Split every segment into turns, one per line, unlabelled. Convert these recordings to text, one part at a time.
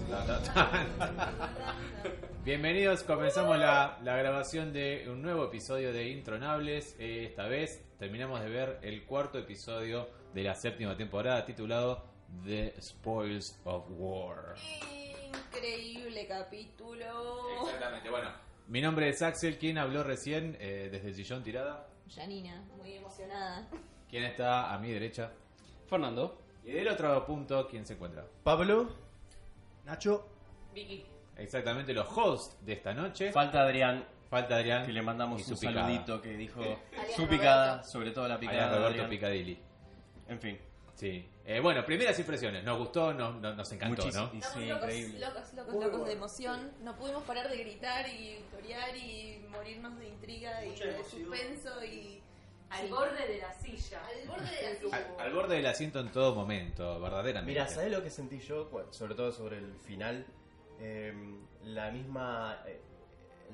están? Bienvenidos, comenzamos la, la grabación de un nuevo episodio de Intronables. Eh, esta vez terminamos de ver el cuarto episodio de la séptima temporada titulado The Spoils of War.
Increíble capítulo.
Exactamente, bueno. Mi nombre es Axel, quien habló recién eh, desde el sillón tirada.
Janina, muy emocionada.
Quien está a mi derecha.
Fernando.
Y del otro punto, ¿quién se encuentra?
Pablo, Nacho,
Vicky.
Exactamente los hosts de esta noche.
Falta Adrián,
Falta Adrián.
que le mandamos
y su
un
picada.
saludito que dijo
Alias
su picada,
Roberto.
sobre todo la picada.
Adrián
de
Roberto
Adrián.
Picadilly.
En fin,
Sí. Eh, bueno, primeras impresiones. Nos gustó, nos, nos, nos encantó,
muchísimo.
¿no?
Sí,
Estamos locos,
increíble.
locos, locos, locos de emoción. No pudimos parar de gritar y torear y morirnos de intriga y de suspenso y
Al
Sí.
borde de la silla.
al borde de la silla.
Al, al borde del asiento en todo momento, verdaderamente.
mira, ¿sabes lo que sentí yo? Cu- Sobre todo sobre el final. Eh, la misma. eh,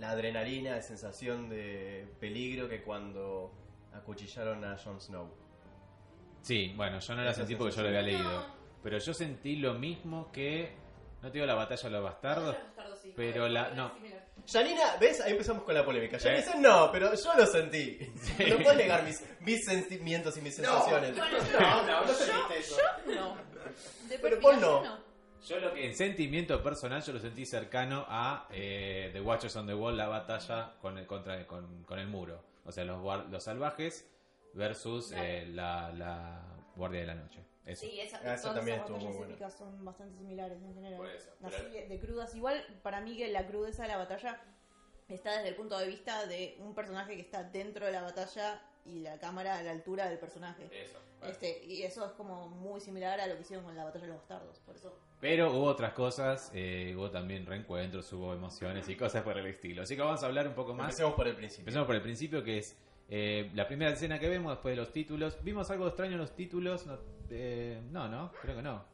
la adrenalina, la sensación de peligro que cuando acuchillaron a Jon Snow.
Sí, bueno, yo no la
Esa
sentí porque yo lo
sensación.
había leído. Pero yo sentí lo mismo que. No te digo la batalla de los bastardos. Pero la. No.
Janina, ¿ves? Ahí empezamos con la polémica. Janina
¿Eh?
dice, no, pero yo lo sentí. No puedo negar mis, mis sentimientos y mis sensaciones.
No,
no, no sentiste eso.
No. De
Pero
perfil,
vos
yo
no.
Yo lo que en sentimiento personal yo lo sentí cercano a eh, The Watchers on the Wall, la batalla con el, contra, con, con el muro. O sea, los, guar- los salvajes versus eh, la, la Guardia de la Noche. Eso.
Sí, esa,
Ah, esa
todas
también
esas
estuvo
batallas
muy buena.
épicas son bastante similares en general.
Por eso,
Así
pero-
de, de crudas. Igual para mí que la crudeza de la batalla está desde el punto de vista de un personaje que está dentro de la batalla y la cámara a la altura del personaje.
Eso.
Este, y eso es como muy similar a lo que hicieron con la batalla de los bastardos, por eso.
Pero hubo otras cosas, eh, hubo también reencuentros, hubo emociones y cosas por el estilo. Así que vamos a hablar un poco más.
Empecemos por el principio.
Empezamos por el principio, que es eh, la primera escena que vemos después de los títulos. ¿Vimos algo extraño en los títulos? No, eh, no, no, creo que no.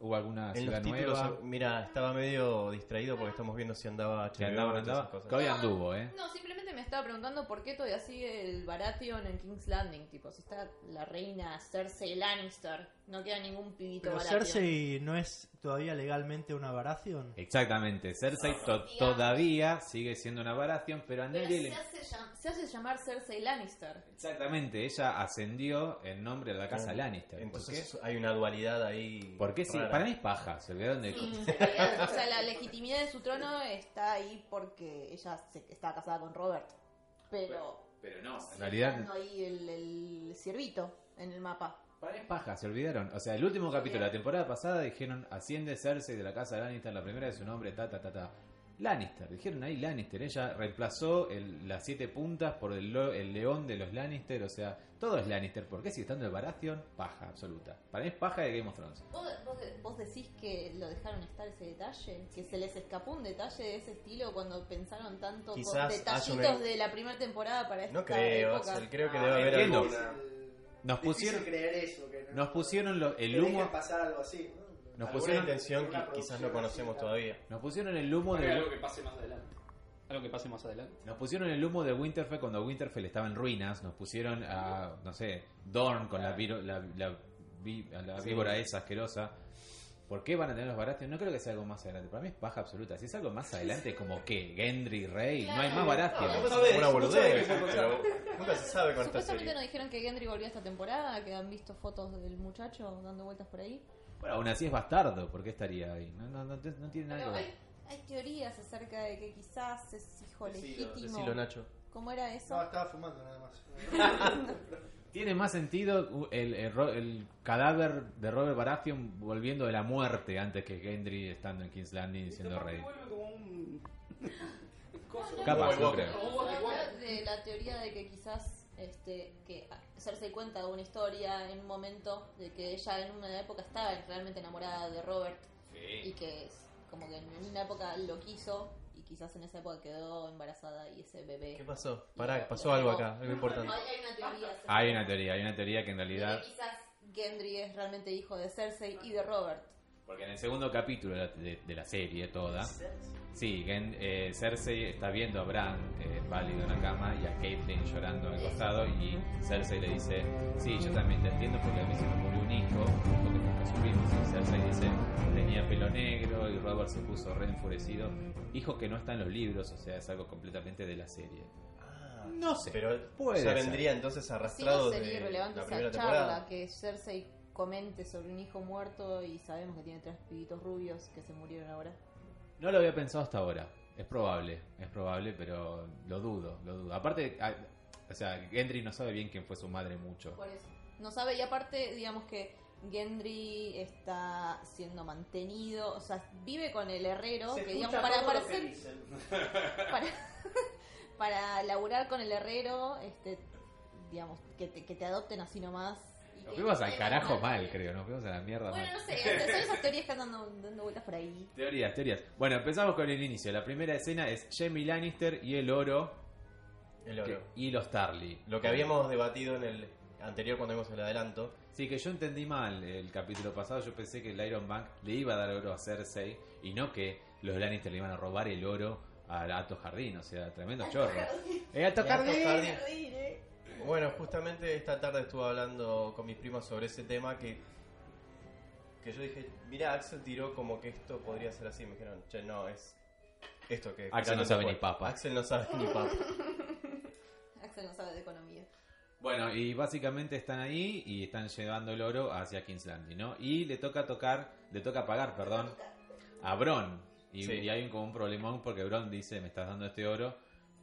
¿Hubo alguna
En
ciudad
los títulos,
nueva?
yo- mira, estaba medio distraído porque estamos viendo si andaba
Que
HBO
andaba,
y
no
todas
andaba.
esas cosas.
Que hoy anduvo, ¿eh?
No, simplemente me estaba preguntando por qué todavía sigue el Baratheon en King's Landing, tipo, si está la reina Cersei Lannister, no queda ningún pibito
Pero
Baratheon.
Cersei no es todavía legalmente una Baratheon.
Eh,
Exactamente, Cersei to-
Digamos.
todavía sigue siendo una variación, pero a
Pero
nadie
se
le...
hace, llam- se hace llamar Cersei Lannister.
Exactamente, ella ascendió en nombre de la casa
Ah,
Lannister.
Entonces hay una dualidad ahí.
¿Por qué? Porque sí,
rara.
para mí es paja, se olvidaron de...
Sí, se queda- o sea, la legitimidad de su trono está ahí porque ella se, está casada con Robert. Pero
Pero no, en
sigue
realidad
estando ahí el, el ciervito en el mapa.
Para mí es paja, se olvidaron. O sea, el último capítulo de la temporada pasada dijeron asciende Cersei de la casa de Lannister, la primera de su nombre, ta ta ta ta. Lannister, dijeron ahí Lannister. Ella reemplazó el- las siete puntas por el, lo- el león de los Lannister, o sea, todo es Lannister. ¿Por qué sigue estando el Baratheon? Paja absoluta. Para mí es paja de Game of Thrones.
¿Vos, vos, vos decís que lo dejaron estar ese detalle? ¿Que se les escapó un detalle de ese estilo cuando pensaron tanto con
Quizás haya
detallitos
una-
de la primera temporada para esta
No creo,
época?
Axel, creo que
Ah,
debe haber
entiendo.
algo.
Nos pusieron-
Difícil creer eso, que no-
Nos pusieron lo-
que
el
dejen
humo,
pasar algo así. ¿no?
Nos
Alguna
pusieron-
intención
Una
que quizás
producción
no
así,
conocemos
claro.
todavía.
nos pusieron el humo de,
que pase más adelante. Algo que pase más adelante.
nos pusieron el humo de Winterfell cuando Winterfell estaba en ruinas, nos pusieron a no sé, Dorn con la, viro- la, la vi- a la
Sí.
víbora esa asquerosa. ¿Por qué van a tener los Baratheon? No creo que sea algo más adelante. Para mí es paja absoluta. Si es algo más adelante, como que Gendry, Rey, no hay más
Capaz
Baratheon.
es una boludez, pero nunca se sabe con esta
Supuestamente
serie.
nos dijeron que Gendry volvió esta temporada, que han visto fotos del muchacho dando vueltas por ahí.
Bueno, aún así es bastardo. ¿Por qué estaría ahí? No, no, no, te- no tiene nada que
Pero
ver.
hay, hay teorías acerca de que quizás es hijo
Decilo,
legítimo.
decilo, Nacho.
¿Cómo era eso?
No, estaba fumando nada más.
Tiene más sentido el, el ro- el cadáver de Robert Baratheon volviendo de la muerte antes que Gendry estando en King's Landing siendo rey. Capaz, no creo.
Habla de la teoría de que quizás este que hacerse cuenta de una historia en un momento de que ella en una época estaba realmente enamorada de Robert y que es como que en una época lo quiso y quizás en esa época quedó embarazada y ese bebé
¿Qué pasó? Pará, pasó algo acá, algo importante.
hay, hay una teoría acerca
Hay una teoría, hay una teoría que en
de
realidad...
que quizás Gendry es realmente hijo de Cersei y de Robert
Porque en el segundo capítulo de, de- de la serie toda, sí, Gen- eh, Cersei está viendo a Bran eh, pálido en la cama y a Caitlyn llorando al costado y Cersei le dice, sí, yo también te entiendo porque a mí se me murió un hijo, porque nunca supimos. Y Cersei dice, tenía pelo negro y Robert se puso re enfurecido. Hijo que no está en los libros, o sea, es algo completamente de la serie.
Ah,
No sé.
Pero
Puede
ya
ser.
vendría entonces
Si no
arrastrado
sería
de
irrelevante
la primera
esa charla
temporada.
que Cersei comente sobre un hijo muerto y sabemos que tiene tres pibitos rubios que se murieron ahora.
No lo había pensado hasta ahora. Es probable, es probable, pero lo dudo, lo dudo. Aparte, a- o sea, Gendry no sabe bien quién fue su madre mucho.
Por eso. No sabe, y aparte, digamos que Gendry está siendo mantenido, o sea, vive con el herrero,
Se
que
escucha
digamos, para,
todo
para
lo que
hacer-
dicen.
para, para laburar con el herrero, este, digamos, que te, que te adopten así nomás. y
Nos
que-
fuimos al
que-
carajo mal, creo, nos fuimos a la mierda
Bueno,
mal.
no sé, o sea, son esas teorías que andan dando, dando vueltas por ahí.
Teorías, teorías. Bueno, empezamos con el inicio. La primera escena es Jamie Lannister y el oro,
El oro.
que- y los Tarly.
Lo que habíamos debatido en el anterior cuando vimos el adelanto.
Sí, que yo entendí mal el capítulo pasado. Yo pensé que el Iron Bank le iba a dar oro a Cersei y no que los Lannister le iban a robar el oro a Alto Jardín. O sea, tremendo chorro. ¡Eh, Alto
Y Alto
Jardín!
Jardín. Bueno, justamente esta tarde estuve hablando con mis primas sobre ese tema que, que yo dije, mira, Axel tiró como que esto podría ser así. Me dijeron, che, no, es esto que...
Axel no sabe ni papa.
Axel no sabe ni papa.
Axel no sabe de economía.
Bueno, y básicamente están ahí y están llevando el oro hacia King's Landing, ¿no? Y le toca tocar, le toca pagar, perdón, a Bron. Y,
Sí.
y hay un, como un problemón porque Bron dice, me estás dando este oro,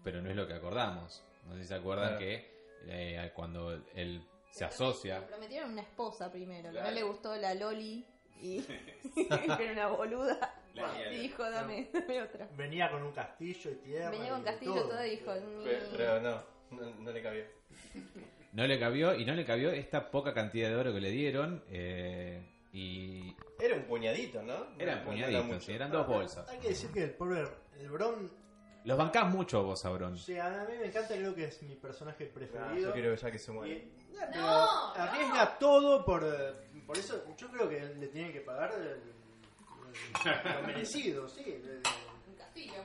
pero no es lo que acordamos. No sé si se acuerdan
Claro.
que eh, cuando él se asocia...
Le prometieron una esposa primero, que
Claro.
no le gustó la Loli y que era una boluda.
La-
Y dijo, dame, dame otra.
Venía con un castillo y tierra.
Venía
y
con
de
Castillo todo y dijo, "Mm". "Ni".
Pero no, no, no le cabía.
No le cabió y no le cabió esta poca cantidad de oro que le dieron. eh, y
Era un puñadito, ¿no? No
eran
no
puñaditos,
mucho.
sí, eran dos bolsas.
Hay que decir que el pobre, el Bron,
Los bancás mucho vos, a Bron.
o sea, a mí me encanta, creo que es mi personaje
Ah,
preferido.
yo quiero ya que se muera.
Y- eh, pero
no.
arriesga todo por, eh, por eso. Yo creo que le tienen que pagar el- el- lo merecido, sí. el- el-
Un castillo.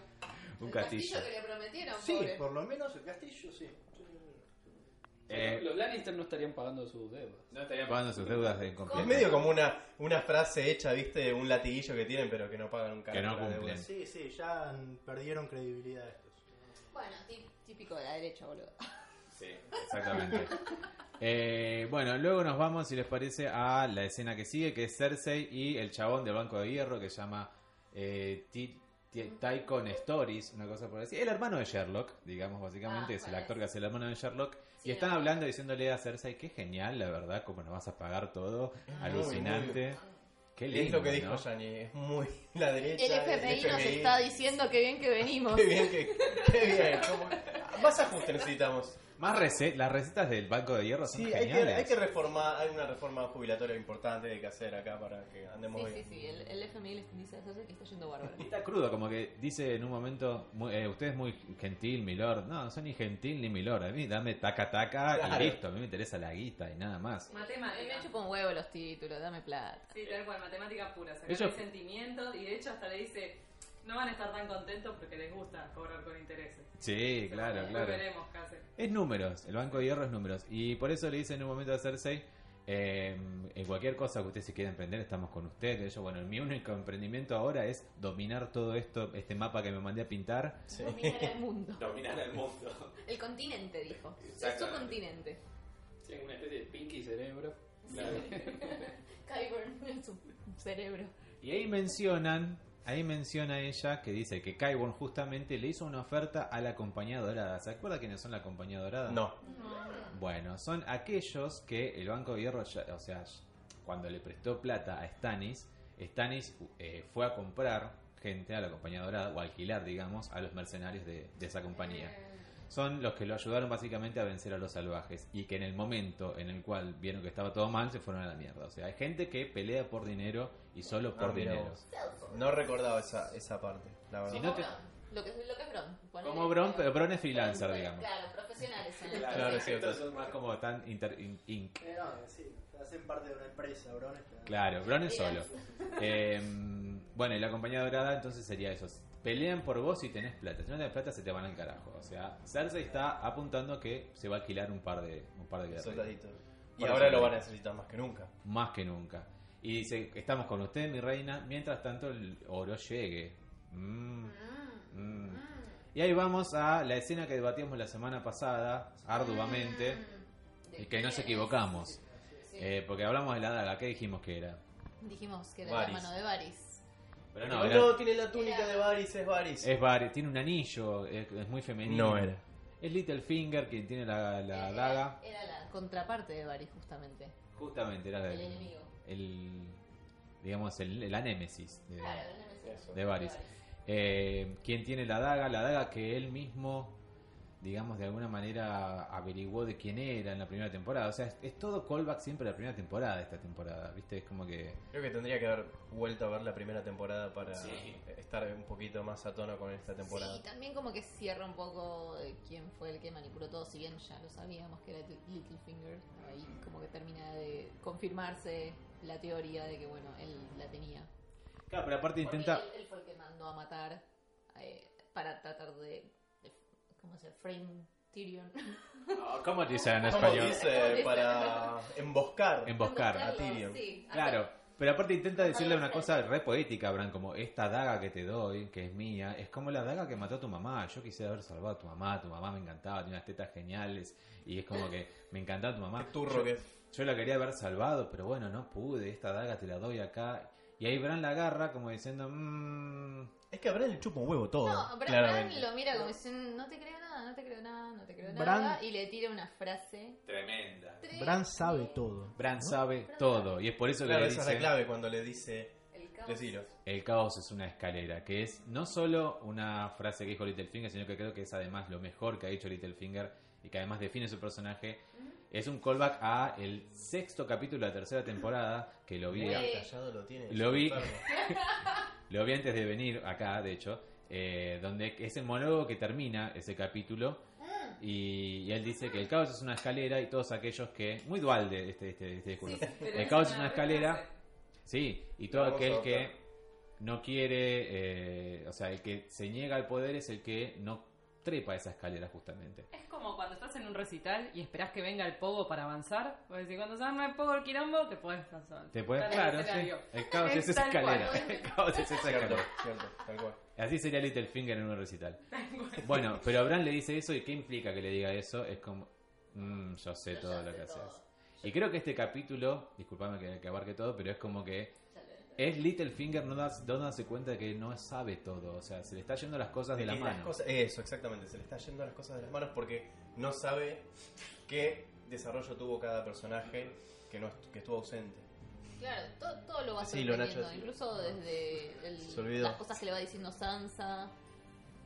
Un castillo.
que le prometieron,
sí,
pobre.
por lo menos el castillo, sí. Sí, sí, sí.
Eh,
Los Lannister no estarían pagando sus deudas.
no estaría pagando sus deudas de
Es
incompleto.
medio como una, una frase hecha, viste, un latiguillo que tienen pero que no pagan un
Que no
carajo la deuda.
cumplen.
Sí, sí, ya mm, perdieron credibilidad estos.
Bueno, tí- típico de la derecha, boludo.
Exactamente. Eh, bueno, luego nos vamos, si les parece, a la escena que sigue, que es Cersei y el chabón del Banco de Hierro que se llama eh, Ti- Ti- Tycon Stories, una cosa por decir. El hermano de Sherlock, digamos, básicamente,
Ah,
es el
bueno.
actor que hace el hermano de Sherlock.
Sí,
y están
no.
hablando, diciéndole a Cersei, qué genial, la verdad, cómo nos vas a pagar todo. Alucinante. Qué
Y
lindo,
es lo que dijo
¿no?
Yanni, es muy la derecha.
El FBI, nos
FBI.
está diciendo que bien que venimos.
Qué bien, que- qué bien. como- Más ajustes necesitamos.
Más rece- las recetas del Banco de Hierro son
Sí, hay que,
geniales.
hay que reformar, hay una reforma jubilatoria importante que hay que hacer acá para que andemos
Sí, sí,
bien.
sí, el, el FMI les dice eso, que está yendo bárbaro.
Está crudo, como que dice en un momento, muy- eh, usted es muy gentil, milord. No, no soy ni gentil ni milord. A mí dame taca taca
Claro.
y listo. A mí me interesa la guita y nada más.
Ah, Me
Matemática.
chupo un huevo los títulos, dame plata.
Sí, tal cual, matemática pura. Sacar
Ellos-
mis sentimientos y de hecho hasta le dice, no van a estar tan contentos porque les gusta cobrar con intereses.
Sí, claro,
Después
claro.
veremos qué hace.
Es números, el banco de hierro es números. Y por eso le dice en un momento a Cersei, eh, en cualquier cosa que usted se quiera emprender, estamos con usted. Y yo, bueno, mi único emprendimiento ahora es dominar todo esto, este mapa que me mandé a pintar.
Dominar el mundo.
Dominar el mundo.
El continente, dijo. Es
Exactamente.
su continente.
Sí, una especie de pinky cerebro.
Kyburn es su cerebro.
Y ahí mencionan, ahí menciona ella que dice que Kyborn justamente le hizo una oferta a la compañía dorada. ¿Se acuerda quiénes son la compañía dorada?
No,
Bueno, son aquellos que el Banco de Hierro, ya- o sea, cuando le prestó plata a Stannis, Stannis eh, fue a comprar gente a la compañía dorada, o alquilar, digamos, a los mercenarios de, de esa compañía.
Eh,
Son los que lo ayudaron básicamente a vencer a los salvajes y que en el momento en el cual vieron que estaba todo mal, se fueron a la mierda. O sea, hay gente que pelea por dinero y solo por
Ah, mira
dinero.
vos. no recordaba esa, esa parte, la verdad.
Si
Como
no te-
Bron, lo, que, lo que es Bron. ponele.
Como Bron, pero Bron es freelancer, digamos.
Claro, profesionales. En
Claro.
Claro, sí, entonces son más como tan inter- in- inc.
Eh, no, sí, hacen parte de una empresa, Bron. está-
Claro, Bron es solo.
Freelance.
Eh, bueno, y la compañía dorada entonces sería eso. Pelean por vos si tenés plata. Si no tenés plata se te van al carajo. O sea, Cersei está apuntando que se va a alquilar un par de un par de guerreros.
Soldadito. Y
Para
ahora
soldadito.
lo van a necesitar más que nunca.
Más que nunca. Y dice, estamos con usted, mi reina, mientras tanto el oro llegue. Mm,
Mm,
mm.
mm.
Y ahí vamos a la escena que debatíamos la semana pasada, arduamente,
Mm.
y que nos equivocamos.
Sí.
Eh, porque hablamos de la daga, ¿qué dijimos que era?
Dijimos que era
Varys.
la mano de Varys.
Pero no,
No,
era-
tiene la túnica
Era-
de Varys, es Varys.
es Varys, tiene un anillo, es, es muy femenino. Es Littlefinger quien tiene la, la
Era-
daga.
Era la contraparte de Varys, justamente.
Justamente, era
El enemigo.
el- digamos, el, la némesis de,
Claro, el enemigo.
Eso.
de Varys. Eh, quien tiene la daga, la daga que él mismo, digamos, de alguna manera averiguó de quién era en la primera temporada. O sea, es, es todo callback siempre a la primera temporada de esta temporada, ¿viste? Es como que...
Creo que tendría que haber vuelto a ver la primera temporada para
Sí.
estar un poquito más a tono con esta temporada.
Sí, también como que cierra un poco de quién fue el que manipuló todo, si bien ya lo sabíamos que era Lit- Littlefinger, ahí como que termina de confirmarse la teoría de que bueno, él la tenía.
Claro, pero aparte
Porque
intenta...
Él, él fue el que mandó a matar eh, para tratar de, de- ¿cómo se Frame Tyrion.
¿Cómo dicen en
¿Cómo
español? Eh,
dice? Para emboscar.
Emboscar.
Emboscarlo,
Tyrion.
sí, hasta-
Claro, pero aparte intenta decirle
Algo
una
así.
cosa re poética, Bran, como esta daga que te doy, que es mía, es como la daga que mató a tu mamá. Yo quisiera haber salvado a tu mamá, tu mamá me encantaba, tenía unas tetas geniales y es como que me encantaba tu mamá.
Qué turro
Yo-
que es.
Yo la quería haber salvado, pero bueno, no pude, esta daga te la doy acá. Y ahí Bran la agarra como diciendo, mmm,
Es que a Bran le chupa un huevo todo.
No, Bran,
claramente.
Bran lo mira como diciendo, no te creo nada, no te creo nada, no te creo
Bran-
nada, y le tira una frase.
tremenda.
Bran sabe todo.
Bran
¿no?
sabe
Bran
todo y es por eso que
Claro,
le
esa es
dice,
la clave cuando le dice.
El caos.
Decilo.
el caos es una escalera, que es no solo una frase que dijo Littlefinger, sino que creo que es además lo mejor que ha dicho Littlefinger y que además define su personaje. Es un callback a el sexto capítulo de la tercera temporada, que lo vi
Mira,
Sí.
callado lo tiene.
Lo vi.
Enfermo.
Lo vi antes de venir acá, de hecho, eh, donde es el monólogo que termina ese capítulo. Y, y él dice que el caos es una escalera y todos aquellos que. Muy dualde este, este, este discurso.
Sí, sí, pero
El
esa
caos es
la
una
frase.
escalera. Sí, y todo
Vamos a
aquel
adoptar.
que no quiere. eh, o sea, el que se niega al poder es el que no trepa esa escalera, justamente.
Es como cuando estás en un recital y esperás que venga el pogo para avanzar. Porque si cuando se arma el pogo el quilombo, te puedes avanzar.
Te puedes.
Para
Claro,
el
sí.
escenario.
El caos es
Es
esa
tal cual.
escalera. El caos es esa
Cierto,
escalera.
cierto, tal cual.
Así sería Littlefinger en un recital. Bueno, pero a Bran le dice eso y ¿qué implica que le diga eso? Es como, "Mm, yo sé
Yo
todo
ya
lo
sé
que
todo.
haces. Y creo que este capítulo, disculpame que, que abarque todo, pero es como que
Ya lo-
es Littlefinger no, das, no darse cuenta de que no sabe todo. O sea, se le está yendo las cosas de la
Que las
mano.
cosas- eso, exactamente. Se le está yendo las cosas de las manos porque no sabe qué desarrollo tuvo cada personaje que, no est- que estuvo ausente.
Claro, todo, todo lo va
Sí, lo
sorprendiendo,
Nacho, sí.
incluso desde el-
Se olvidó.
las cosas que le va diciendo Sansa,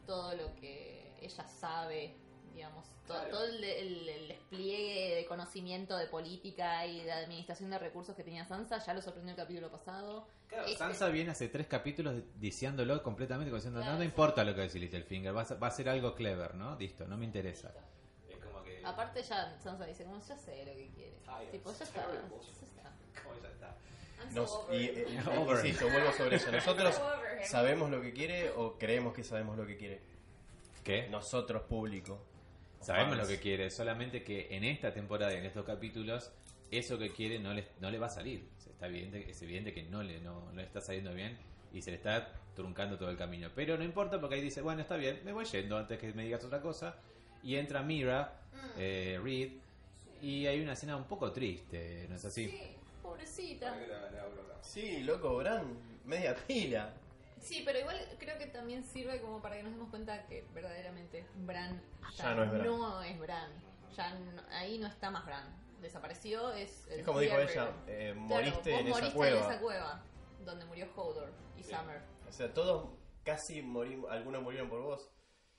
todo lo que ella sabe, digamos, to- todo,
Claro.
el, de- el- el despliegue de conocimiento de política y de administración de recursos que tenía Sansa, ya lo sorprendió el capítulo pasado.
Claro,
Este-
Sansa viene hace tres capítulos diciéndolo completamente, como diciendo,
Claro,
no, no
sí.
importa lo que dice Littlefinger, va a, ser- va a ser algo clever, ¿no? Listo, no me interesa. Es como
Eh,
que...
Aparte ya Sansa dice, como ya sé lo que quiere.
Ah,
Ay,
Tipo, ya está,
terrible.
ya está. I'm so
Nos-
over
y,
it.
eh,
Over.
insisto, vuelvo sobre eso. Nosotros
I'm so over him.
sabemos lo que quiere o creemos que sabemos lo que quiere.
¿Qué?
Nosotros, público.
Sabemos
Fans.
lo que quiere, solamente que en esta temporada y en estos capítulos, eso que quiere no le, no le va a salir. O sea, está evidente, es evidente que no le, no, no le está saliendo bien y se le está truncando todo el camino. Pero no importa porque ahí dice, bueno, está bien, me voy yendo antes que me digas otra cosa. Y entra Mira,
Mm.
eh, Reed, y hay una escena un poco triste, ¿no es así?
Sí, pobrecita.
Sí, loco, Bran, media pila.
Sí, pero igual creo que también sirve como para que nos demos cuenta que verdaderamente Bran ya,
Ya no es Bran.
no es Bran. Ya no- ahí no está más Bran. Desapareció, es. el
Es como dijo
Clear
ella,
River.
eh,
Claro,
moriste,
vos
en,
moriste
esa cueva.
en esa cueva donde murió Hodor y Summer.
O sea, todos casi morimos, algunos murieron por vos.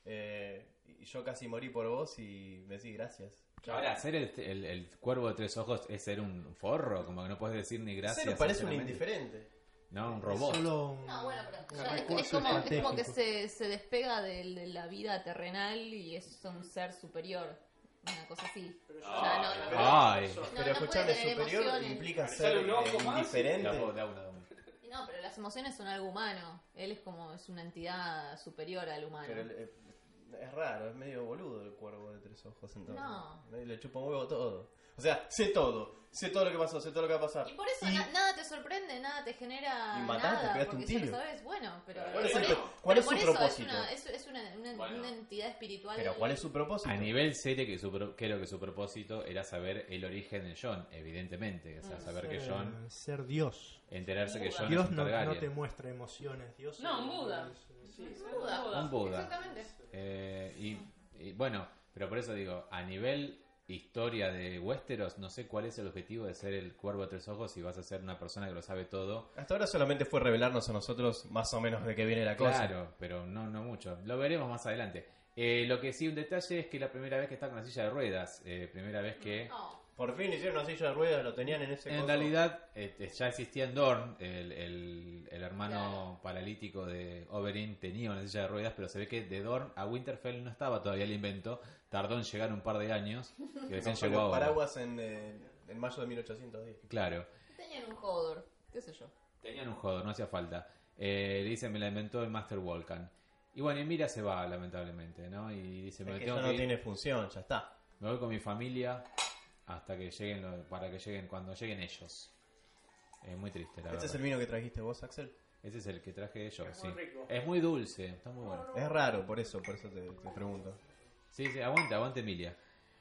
eh, y yo casi morí por vos y me decís gracias.
Ahora, ser el, el- el cuervo de tres ojos es ser un forro, como que no puedes decir ni gracias.
Cero parece un
sinceramente.
indiferente.
No, un robot.
Solo un-
No, bueno, pero
un
ya es- es,
recurso
como, es como que
estratégico.
se, se despega del- de, la vida terrenal y es un ser superior. Una cosa así. Ya no- no-
Ay.
no-
Pero
no
escuchame,
puede tener
superior
emociones.
implica
Sale
ser
un ojo
eh,
más.
Da
indiferente.
una, da una, da una.
No, pero las emociones son algo humano. Él es como, es una entidad superior al humano.
Pero, eh, Es raro, es medio boludo el cuervo de tres ojos entonces.
No.
Le chupa un huevo todo. O sea, sé todo. Sé todo lo que pasó, sé todo lo que va a pasar.
Y por eso
Y-
na- nada te sorprende, nada te genera
Y mataste,
nada,
pegaste
porque
un
si lo
tiro.
sabes, bueno, pero
Claro,
¿Cuál es,
por
el-
eso-
cuál
pero
es su
por eso
propósito?
Es una, es, es una, una-
Bueno.
una entidad espiritual.
Pero ¿cuál es su propósito?
A nivel serie, que su pro- creo que su propósito era saber el origen de John, evidentemente. O sea,
Mm.
saber que John,
Eh, Ser Dios.
enterarse que
Buda.
John es
Dios
un
no,
Targaryen.
no te muestra emociones. Dios
No,
es-
muda.
es- eh,
Sí,
sí,
es Buda.
Un Buda.
Exactamente.
Eh, y, y bueno, pero por eso digo, a nivel historia de Westeros, no sé cuál es el objetivo de ser el cuervo de tres ojos si vas a ser una persona que lo sabe todo.
Hasta ahora solamente fue revelarnos a nosotros más o menos de qué viene la cosa.
Claro, pero no, no mucho. Lo veremos más adelante. Eh, lo que sí, un detalle es que la primera vez que está con la silla de ruedas, eh, primera vez que...
No.
Por fin hicieron una silla de ruedas, lo tenían en ese
En
coso.
realidad eh, eh, ya existía en Dorn, el, el- el hermano paralítico de Oberyn tenía una silla de ruedas, pero se ve que de Dorn a Winterfell no estaba todavía el invento, tardó en llegar un par de años y
Nos
recién
salió
llegó ahora.
paraguas en, eh, en mayo de 1810.
Claro,
Tenían un Hodor, qué sé yo.
tenían un joder, no hacía falta. Eh, le dicen, me la inventó el Master Volcan. Y bueno, y Mira se va, lamentablemente, ¿no? Y dice, me,
Es que
tengo
ya
que
no
ir,
tiene función, ya está.
me voy con mi familia hasta que lleguen, lo- para que lleguen, cuando lleguen ellos. Es muy triste, la
Este es
verdad.
el vino que trajiste vos, Axel.
Ese es el que traje yo,
Es
sí.
muy rico.
Es muy dulce, está muy bueno.
Es raro, por eso, por eso te, te pregunto.
Sí, sí, aguante, aguante Emilia.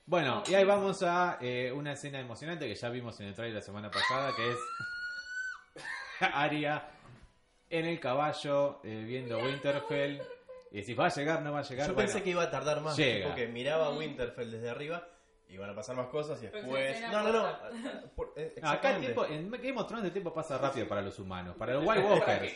Bueno, y ahí vamos a eh, una escena emocionante que ya vimos en el trailer la semana pasada, que es Aria en el caballo eh, viendo Winterfell. Y si va a llegar, no va a llegar.
Yo
bueno,
pensé que iba a tardar más,
llega.
porque miraba Winterfell desde arriba, iban a pasar más cosas y
Pero
después...
se escena
No, no, no.
corta.
ah, ah, por- eh,
Acá el
exactamente.
tiempo, en Game of Thrones el tiempo pasa rápido para los humanos, para los White Walkers.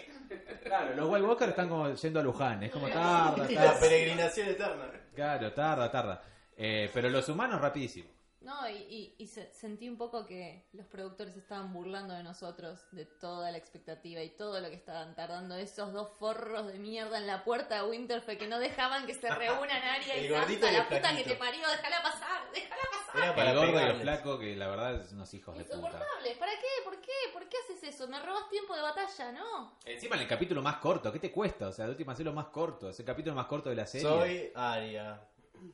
Claro, los White Walkers están como yendo a Luján, es como tarda,
La
tarda.
peregrinación eterna.
Claro, tarda, tarda. Eh, pero los humanos rapidísimo.
No, y, y, y se- sentí un poco que los productores estaban burlando de nosotros, de toda la expectativa y todo lo que estaban tardando. Esos dos forros de mierda en la puerta de Winterfell que no dejaban que se reúnan Aria y
El gordito
Sansa,
y el
la puta que
flaquito.
te parió, déjala pasar, déjala pasar.
Era para
El gordo y el
pegarles.
flaco, que la verdad es unos hijos de puta.
Insoportables, ¿para qué? ¿Por qué? ¿Por qué haces eso? Me robas tiempo de batalla, ¿no?
Encima en el capítulo más corto, ¿qué te cuesta? O sea, de última lo más corto, es el capítulo más corto de la serie.
Soy Aria.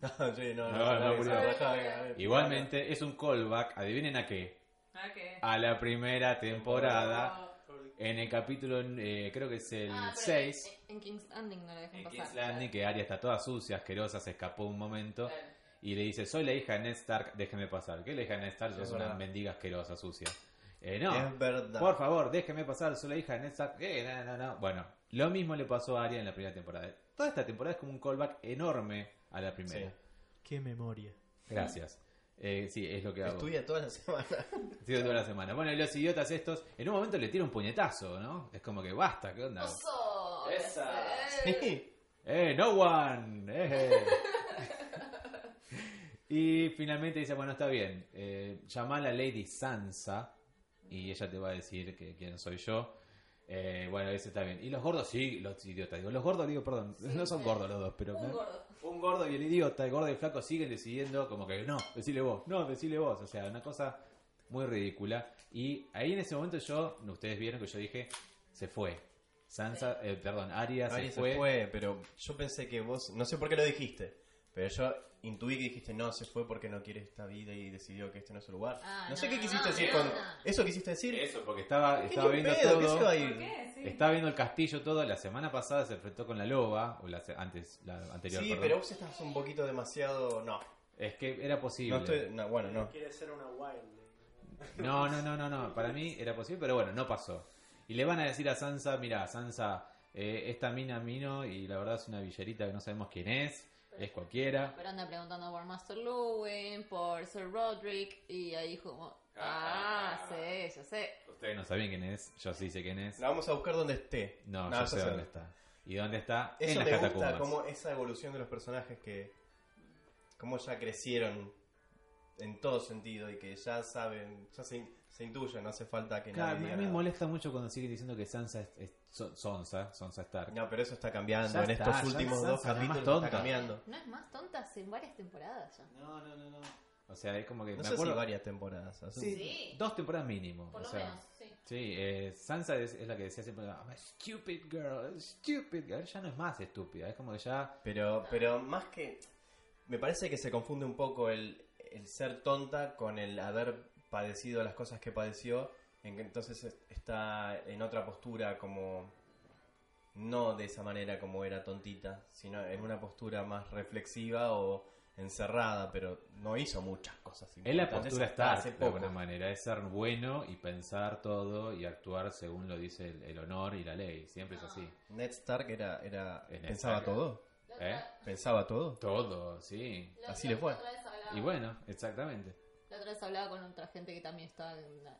No, sí, no,
No,
no,
no,
no,
culiao.
no, no.
Igualmente, es un callback, adivinen a qué,
Ah, ¿qué?
a la primera temporada,
Ah,
en el capítulo, eh, creo que es el
Ah, pero
6,
En, en King's Landing no la dejan
en
pasar.
King's Landing, Eh, que Arya está toda sucia, asquerosa, se escapó un momento,
claro.
y le dice, soy la hija de Ned Stark, déjeme pasar. ¿Qué es la hija de Ned Stark?
Es
Sos una
verdad.
mendiga asquerosa, sucia. Eh, no,
Es verdad.
Por favor, déjeme pasar, soy la hija de Ned Stark. Eh, no, no, no. Bueno, lo mismo le pasó a Arya en la primera temporada. Toda esta temporada es como un callback enorme a la primera.
Sí.
Qué memoria.
Gracias. Eh, sí, es lo que hago.
Estudia toda la semana.
Estudio toda la semana. Bueno, y los idiotas estos, en un momento le tira un puñetazo, ¿no? Es como que basta, ¿qué onda?
¡Oso!
Esa.
Sí.
¡Eh, no one! Eh. y finalmente dice, bueno, está bien, eh, llama a la Lady Sansa y ella te va a decir que quién soy yo. Eh, bueno, eso está bien. Y los gordos, sí, los idiotas. Digo, los gordos, digo, perdón,
Sí,
no son
sí.
gordos los dos, pero...
Un gordo.
Un gordo y el idiota, el gordo y el flaco siguen decidiendo como que no, decile vos, no, decile vos. O sea, una cosa muy ridícula. Y ahí en ese momento yo, ustedes vieron que yo dije, se fue. Sansa, eh, perdón, Arya,
Aria se fue, pero yo pensé que vos, no sé por qué lo dijiste, pero yo intuí que dijiste no, se fue porque no quiere esta vida y decidió que este no es su lugar.
Ah,
no, sé
no,
qué
no,
quisiste
no,
decir
no,
con...
no.
¿Eso quisiste decir?
Eso, porque estaba,
¿Qué
Eh, estaba
ni
viendo
pedo? ¿Qué
todo.
se va a ir?
¿Por qué? Sí.
Estaba viendo el castillo todo. La semana pasada se enfrentó con la loba, o la se- antes, la anterior.
Sí,
perdón.
pero vos estás un poquito demasiado... No,
Es que era posible.
no estoy... No, bueno, no.
Quiere ser una wild.
No, no, no, no, no. Para mí era posible, pero bueno, no pasó. Y le van a decir a Sansa, mira, Sansa, eh, esta mina vino y la verdad es una villerita que no sabemos quién es, es cualquiera.
Pero anda preguntando por Master Lewin, por Sir Roderick, y ahí como, ah,
Ah.
sé, yo sé.
Ustedes no saben quién es, yo sí sé quién es.
La vamos a buscar donde esté.
No,
No,
yo
eso
sé
sí.
dónde está. ¿Y dónde está? en
Eso
las
me
catacumbas.
gusta, como esa evolución de los personajes que... Como ya crecieron en todo sentido y que ya saben, ya se, se intuyen, no hace falta que
Claro, a
nadie diga
mí me
nada.
molesta mucho cuando siguen diciendo que Sansa es, es Son- Sonsa, Sonsa Stark.
No, pero eso está cambiando.
Ya
en
está,
estos
ya
últimos
está,
dos
se ve más
capítulos
tonta.
está cambiando.
No es más tonta hace varias temporadas ya.
No, no, no, no. O sea, es como que
No
me
sé si
acuerdo
varias temporadas. hace-
Sí,
Sí.
dos temporadas mínimo.
Por
o
lo
sea,
menos, sí.
Sí, eh, Sansa es, es la que decía siempre, I'm a stupid girl, stupid girl. Ya no es más estúpida, es como que ya...
Pero, pero más que. Me parece que se confunde un poco el, el ser tonta con el haber padecido las cosas que padeció. en que Entonces es- está en otra postura, como. No de esa manera como era tontita, sino en una postura más reflexiva o encerrada, pero no hizo muchas cosas.
Es la
importantes
postura
hasta
Stark,
hace
de alguna
poco.
manera, es ser bueno y pensar todo y actuar según lo dice el, el honor y la ley, siempre es
Ah.
así.
Ned Stark era, era
Es Ned
pensaba
Stark.
todo,
La
¿Eh?
otra-
pensaba todo.
Todo, sí.
la
Así
otra-
le fue.
la otra vez hablaba-
Y bueno, exactamente.
La otra vez hablaba con otra gente que también estaba en la-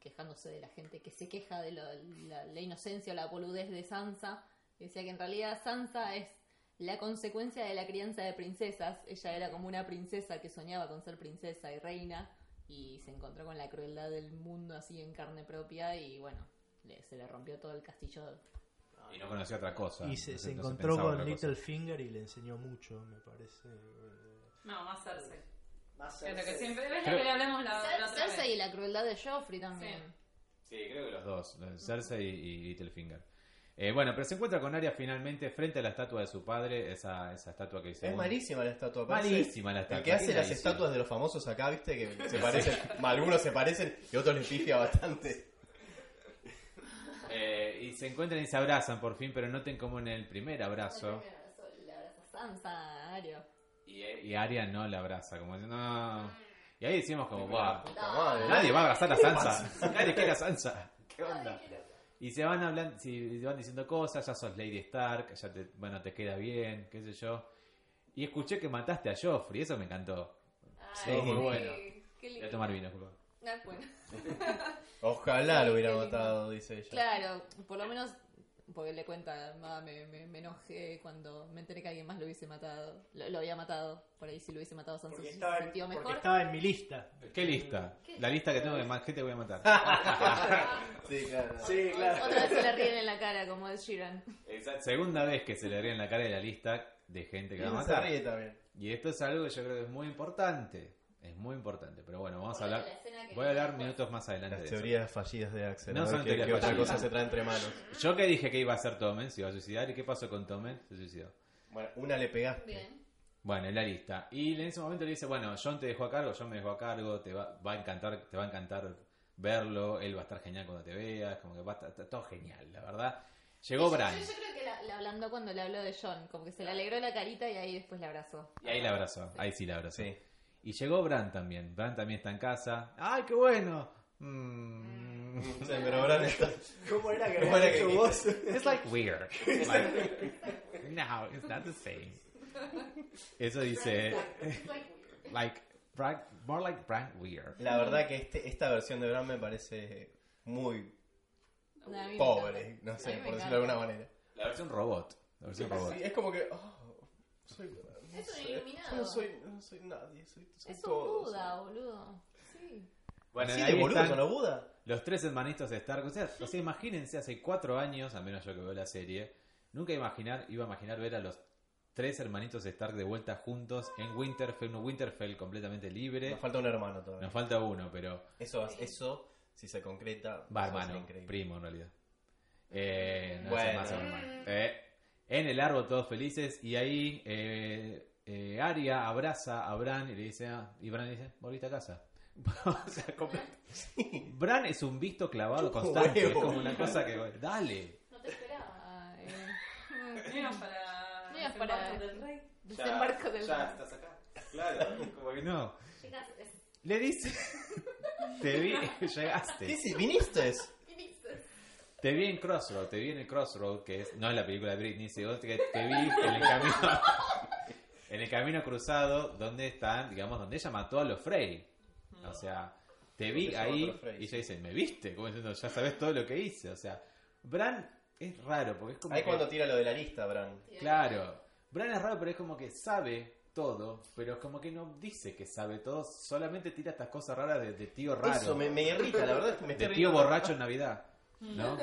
quejándose de la gente que se queja de la, la- la inocencia o la boludez de Sansa. Y decía que en realidad Sansa es la consecuencia de la crianza de princesas. Ella era como una princesa que soñaba con ser princesa y reina y se encontró con la crueldad del mundo así en carne propia y bueno, le- se le rompió todo el castillo.
Y no conocía otra cosa.
Y se, se
no se- no se
encontró
pensaba
con
otra cosa.
Littlefinger y le enseñó mucho, me parece. eh,
No, más Cersei.
Más
Es lo que
cerca.
siempre. Es lo que hablamos la, la
Cer-
otra vez.
Cersei y Ah, la crueldad de Joffrey también.
Sí, creo que los dos, eh, Cersei y, y Littlefinger. Eh, bueno, pero se encuentra con Arya finalmente frente a la estatua de su padre, esa, esa estatua que hizo.
Es malísima la estatua. parece-
Malísima la estatua.
El que hace
¿quién la
las
hizo?
estatuas de los famosos acá, viste, que se parecen, algunos se parecen y otros les pifia bastante.
Eh, y se encuentran y se abrazan por fin, pero noten como en el primer abrazo.
Le abraza Sansa a Ario.
Y, eh, y Arya no la abraza, como diciendo, no. Y ahí decimos
Oh,
como, wow,
Puta madre.
nadie va a abrazar a Sansa. Nadie quiere a Sansa. ¿Qué onda? Y se van hablando, si van diciendo cosas, ya sos Lady Stark, ya te, bueno, te queda bien, qué sé yo. Y escuché que mataste a Joffrey, eso me encantó.
Ay,
Estuvo muy bueno.
Qué
Voy a
lindo.
tomar vino, por favor.
Ah, bueno.
Ojalá lo hubiera
Qué lindo.
matado, dice ella.
Claro, por lo menos, porque le cuenta, "Ma, me, me, me enojé cuando me enteré que alguien más lo hubiese matado, lo, lo había matado, por ahí si lo hubiese matado Sansa
Porque
se
estaba, en,
sentido
porque
mejor.
estaba en mi lista.
¿Qué lista? La lista que tengo de más gente voy a matar.
Sí, claro.
Sí, claro.
Otra vez se le ríen en la cara, como el Sheeran.
Esa Segunda vez que se le ríe en la cara de la lista de gente
Y
que va a
uno se
matar.
ríe también.
Y esto es algo que yo creo que es muy importante. Es muy importante. Pero bueno, vamos a hablar.
La escena que
Voy a hablar
después-
minutos más adelante
Las
de eso.
teorías fallidas de Axel.
No
a ver
son
qué-
teorías
qué otra
fallidas.
cosa se trae entre manos.
Yo que dije que iba a ser Tomen, se iba a suicidar. ¿Y qué pasó con Tomen? Se suicidó.
Bueno, una le pegaste.
Bien.
Bueno, en la lista. Y en ese momento le dice, bueno, John te dejó a cargo, John me dejó a cargo, te va, va a encantar, te va a encantar verlo, él va a estar genial cuando te veas, como que va a estar- está todo genial, la verdad. Llegó Bran.
Yo, yo creo que la, la ablandó cuando le habló de John, como que se le alegró la carita y ahí después la abrazó.
Y ahí la abrazó, ahí sí la abrazó.
Sí.
Y llegó Bran también. Bran también está en casa. ¡Ay, qué bueno! Mm.
Sí, pero Bran está.
¿Cómo era que
¿Cómo
habías
era que-
dicho vos?
It's like weird. Like, no, it's not the same. Eso dice. eh, Like, Bran- more like Bran weird.
La verdad que este, esta versión de Bran me parece muy
No, a mí me
pobre.
encanta.
No
A
sé,
mí me
por
encanta.
decirlo de alguna manera.
La versión robot. La versión robot.
Sí, es como que. oh, soy, no
Es un
sé,
iluminado.
Yo no soy, no soy nadie, soy, soy
Es un
todo, soy-
Buda, boludo. Sí.
Bueno,
Así de
ahí
boludo
están
son los Buda.
los tres hermanitos de Stark. O sea, o sea, imagínense, hace cuatro años, al menos yo que veo la serie, nunca imaginar, iba a imaginar ver a los tres hermanitos de Stark de vuelta juntos en Winterfell, un Winterfell completamente libre.
Nos falta un hermano todavía.
Nos falta uno, pero
Eso, eso, si se concreta,
Va,
eso
hermano,
increíble.
primo en realidad. Eh, no es
Bueno.
hermano, es hermano. Eh, en el árbol todos felices y ahí eh, eh, Aria abraza a Bran y le dice, ah, y Bran le dice, volviste a casa. o sea, completo. Bran es un visto clavado constante,
Huevo.
es como una cosa que, dale.
No te esperaba. eh.
Menos para.
Menos para-
desembarco del rey.
Desembarco del
acá. Claro, como que no.
Chicas, es-
Le dice, te vi, llegaste.
¿Qué si- ¿Viniste?
Te vi en Crossroad, te vi en el Crossroad, que es, no es la película de Britney, sino que te vi en el camino, en el camino cruzado, donde están, digamos, donde ella mató a los Frey. O sea, te vi
Donde se mató a
ahí
los Frey,
y
sí.
ella dice, me viste, como diciendo, ya sabes todo lo que hice. O sea, Bran es raro, porque es como
Ahí
que-
cuando tira lo de la lista, Bran.
Claro. Bran es raro, pero es como que sabe todo, pero es como que no dice que sabe todo, solamente tira estas cosas raras de, de tío raro.
Eso me, me irrita, la verdad es que me
de
estoy
tío
riendo.
borracho en Navidad, ¿no?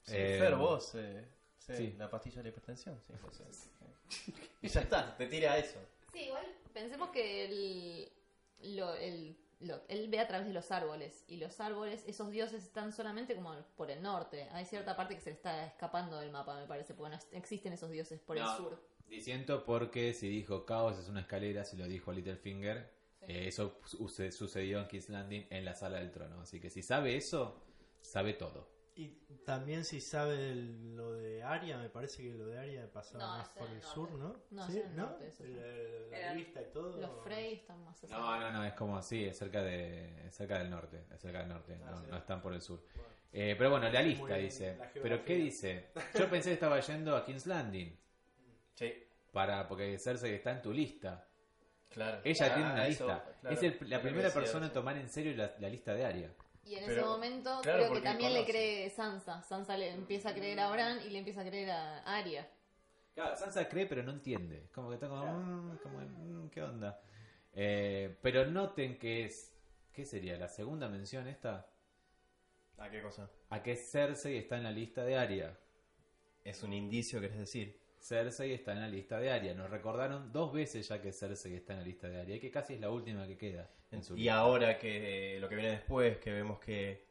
Sí,
Eh,
Fer, vos, eh, sí,
sí.
la pastilla de la hipertensión. Sí, pues, sí. Y ya está, te tira eso.
Sí, igual pensemos que el, lo- el lo- él ve a través de los árboles y los árboles, esos dioses están solamente como por el norte. Hay cierta parte que se le está escapando del mapa, me parece, porque no es- existen esos dioses por
No.
el sur.
Diciendo porque si dijo caos es una escalera, si lo dijo Littlefinger,
Sí.
eh, eso su- se- sucedió en King's Landing en la sala del trono. Así que si sabe eso, sabe todo.
Y también si sabe el- lo de Aria, me parece que lo de Aria pasaba
No,
más
es en
por
el
el
norte.
sur, ¿no?
No,
¿Sí?
es en el norte, eso sí.
La- La,
Era-
revista y todo.
Los Frey están más hacia
No, no, no, es como así, es cerca, de, es cerca del norte, es cerca del norte,
Ah,
no,
sí.
no están por el sur.
Bueno.
Eh, pero bueno, la
Muy
lista
bien,
dice.
la
¿Pero qué
geografía.
dice? Yo pensé que estaba yendo a King's Landing,
Sí,
para, porque Cersei está en tu lista.
claro.
Ella
Ah,
tiene una
eso,
lista.
claro,
es el-
lo que
la primera
decía
persona en
recién.
tomar en serio la, la lista de Aria.
Y en ese
Pero-
momento
claro,
creo
porque
que también
conoce.
le cree Sansa. Sansa le empieza a creer a Bran y le empieza a creer a Arya.
Claro, Sansa cree pero no entiende. Es Como que está como, "Mm", como, "Mm, ¿qué onda? Eh, pero noten que es, ¿qué sería? La segunda mención esta,
¿A Ah, qué cosa?
a que Cersei está en la lista de Aria.
Es un indicio, querés decir.
Cersei está en la lista de Aria. Nos recordaron dos veces ya que Cersei está en la lista de Aria y que casi es la última que queda en su
Y
lista.
ahora que eh, lo que viene después, que vemos que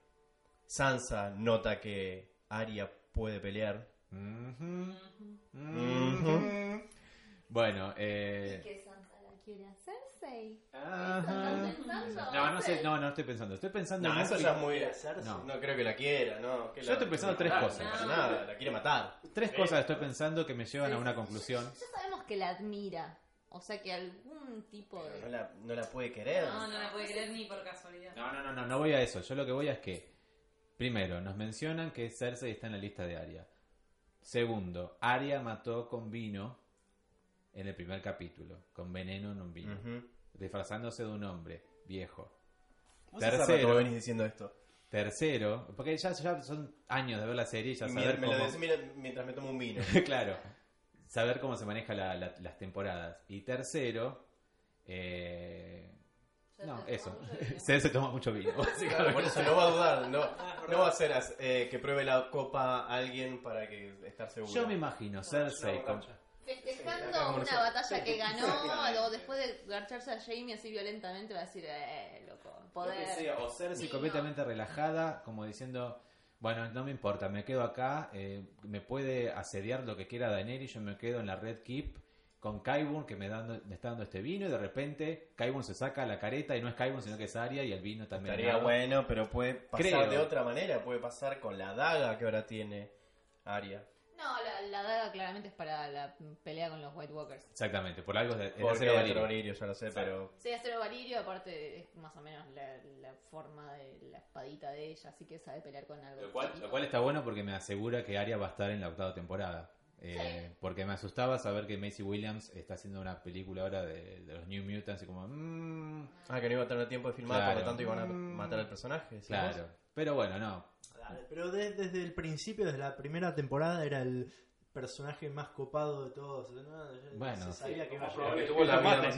Sansa nota que Arya puede pelear.
Ujú,
Ujú.
ujú. Bueno, eh...
que Sansa la quiere hacerse.
ajá. No, no sé, no, no estoy pensando. Estoy pensando
No,
en
eso
que-
ya es muy...
No.
No creo que la quiera, ¿no. que
Yo
la-
estoy pensando
que
tres
la-
cosas.
para Nada, la quiere matar.
Tres
eh,
cosas estoy pensando que me llevan a
Sí,
una
sí.
conclusión.
Ya sabemos que la admira. O sea que algún tipo
Pero No
de.
la, no la puede querer.
No, no la puede creer ni por casualidad.
No, no, no, no, no voy a eso. Yo lo que voy a es que, primero, nos mencionan que Cersei está en la lista de Arya. Segundo, Arya mató con vino en el primer capítulo, con veneno en un vino,
Ujú.
disfrazándose de un hombre viejo.
Vos
Tercero.
hace rato venís diciendo esto.
Tercero, porque ya, ya son años de ver la serie y ya
Y
saber
mira, me lo
cómo-
decís mira, mientras me tomo un vino.
claro, saber cómo se maneja la- la- las temporadas. Y tercero, eh, no, eso. Cersei toma mucho vino,
Claro,
básicamente.
por eso no va a dudar, no, no va a ser as- eh, que pruebe la copa a alguien para que estar seguro.
Yo me imagino Cersei con-
Festejando una batalla que ganó, o después de garcharse a Jamie así violentamente, va a decir, eh, loco,
Lo que
poder.
sea, o Cersei
Sí,
completamente relajada, como diciendo, bueno, no me importa, me quedo acá, eh, me puede asediar lo que quiera Daenerys, yo me quedo en la Red Keep con Qyburn que me, dando, me está dando este vino y de repente Qyburn se saca la careta y no es Qyburn sino que es Arya y el vino también.
Estaría bueno, pero puede pasar
Creo.
de otra manera, puede pasar con la daga que ahora tiene Aria.
No, la, la daga claramente es para la pelea con los White Walkers.
Exactamente, por algo es de- es de
Porque
acero
otro
Valyrio.
Valyrio, yo lo sé, pero
Sí, acero valirio, aparte es más o menos la, la forma de la espadita de ella, así que sabe pelear con algo.
Lo cual,
chiquito.
lo cual está bueno porque me asegura que Arya va a estar en la octava temporada. Eh, Porque me asustaba saber que Macy Williams está haciendo una película ahora de, de los New Mutants y como... "Mm,
ah, que no iba a tener tiempo de filmar, por
Claro.
lo tanto iban a
Mm.
matar al personaje. ¿sí?
claro. Pero bueno, no,
Dale, Pero de- desde el principio, desde la primera temporada, era el personaje más copado de todos. ¿no? Ya- ya
Bueno.
se sabía que iba a
Lo
llegar.
que tuvo la vida más-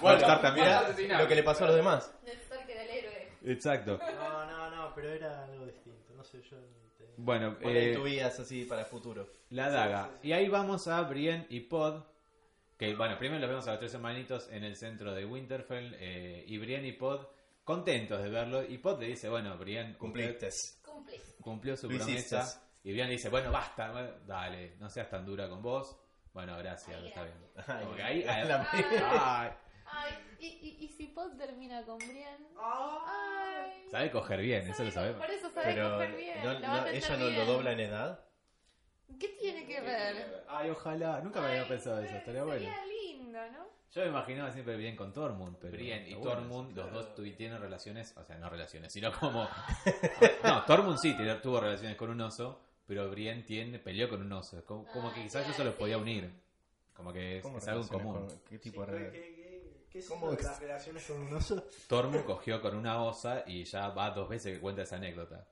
Bueno,
Bueno,
también.
mirá lo que le pasó a los demás.
Necesitar que era el héroe.
Exacto.
No, no, no, pero era algo distinto. No sé, yo. te-
Bueno,
¿Cuál es
eh,
tu vida así para el futuro?
la daga. Y ahí vamos a Brienne y Pod. Que bueno, primero los vemos a los tres hermanitos en el centro de Winterfell. eh, y Brienne y Pod contentos de verlo. Y Pod le dice, bueno, Brienne,
Cumpliste.
Cumple.
usted cumplió su
Lo
promesa.
hiciste.
Y Brienne le dice, bueno, basta, bueno, dale, no seas tan dura con vos. Bueno, gracias,
Ay,
está bien.
gracias.
Como que ahí-
La- la-
Ay,
Ay, y, y, y si Pod termina con Brian.
Ah.
Ay.
sabe coger bien, eso lo sabemos.
Por eso sabe
Pero
coger bien.
no-
la va a
no-
atender
ella no lo
bien.
dobla en edad.
¿Qué tiene que ver?
Ay, ojalá, nunca me había pensado eso, estaría bueno.
Sería lindo, ¿no?
Yo me imaginaba siempre bien con Tormund, pero Brian y
está bueno
Tormund,
eso,
los
claro.
dos tuvi- tienen relaciones, o sea, no relaciones, sino como... no, Tormund sí te- tuvo relaciones con un oso, pero Brian tiene, peleó con un oso. Como, como que
Ah,
quizás yo
claro,
se los
sí.
podía unir. Como que es,
¿Cómo
es algo en
relaciones
común.
con- ¿Qué
Sí,
tipo de
¿Qué,
regla?
qué, qué, qué es
¿Cómo
eso de
es?
las relaciones con un oso?
Tormund cogió con una osa y ya va dos veces que cuenta esa anécdota.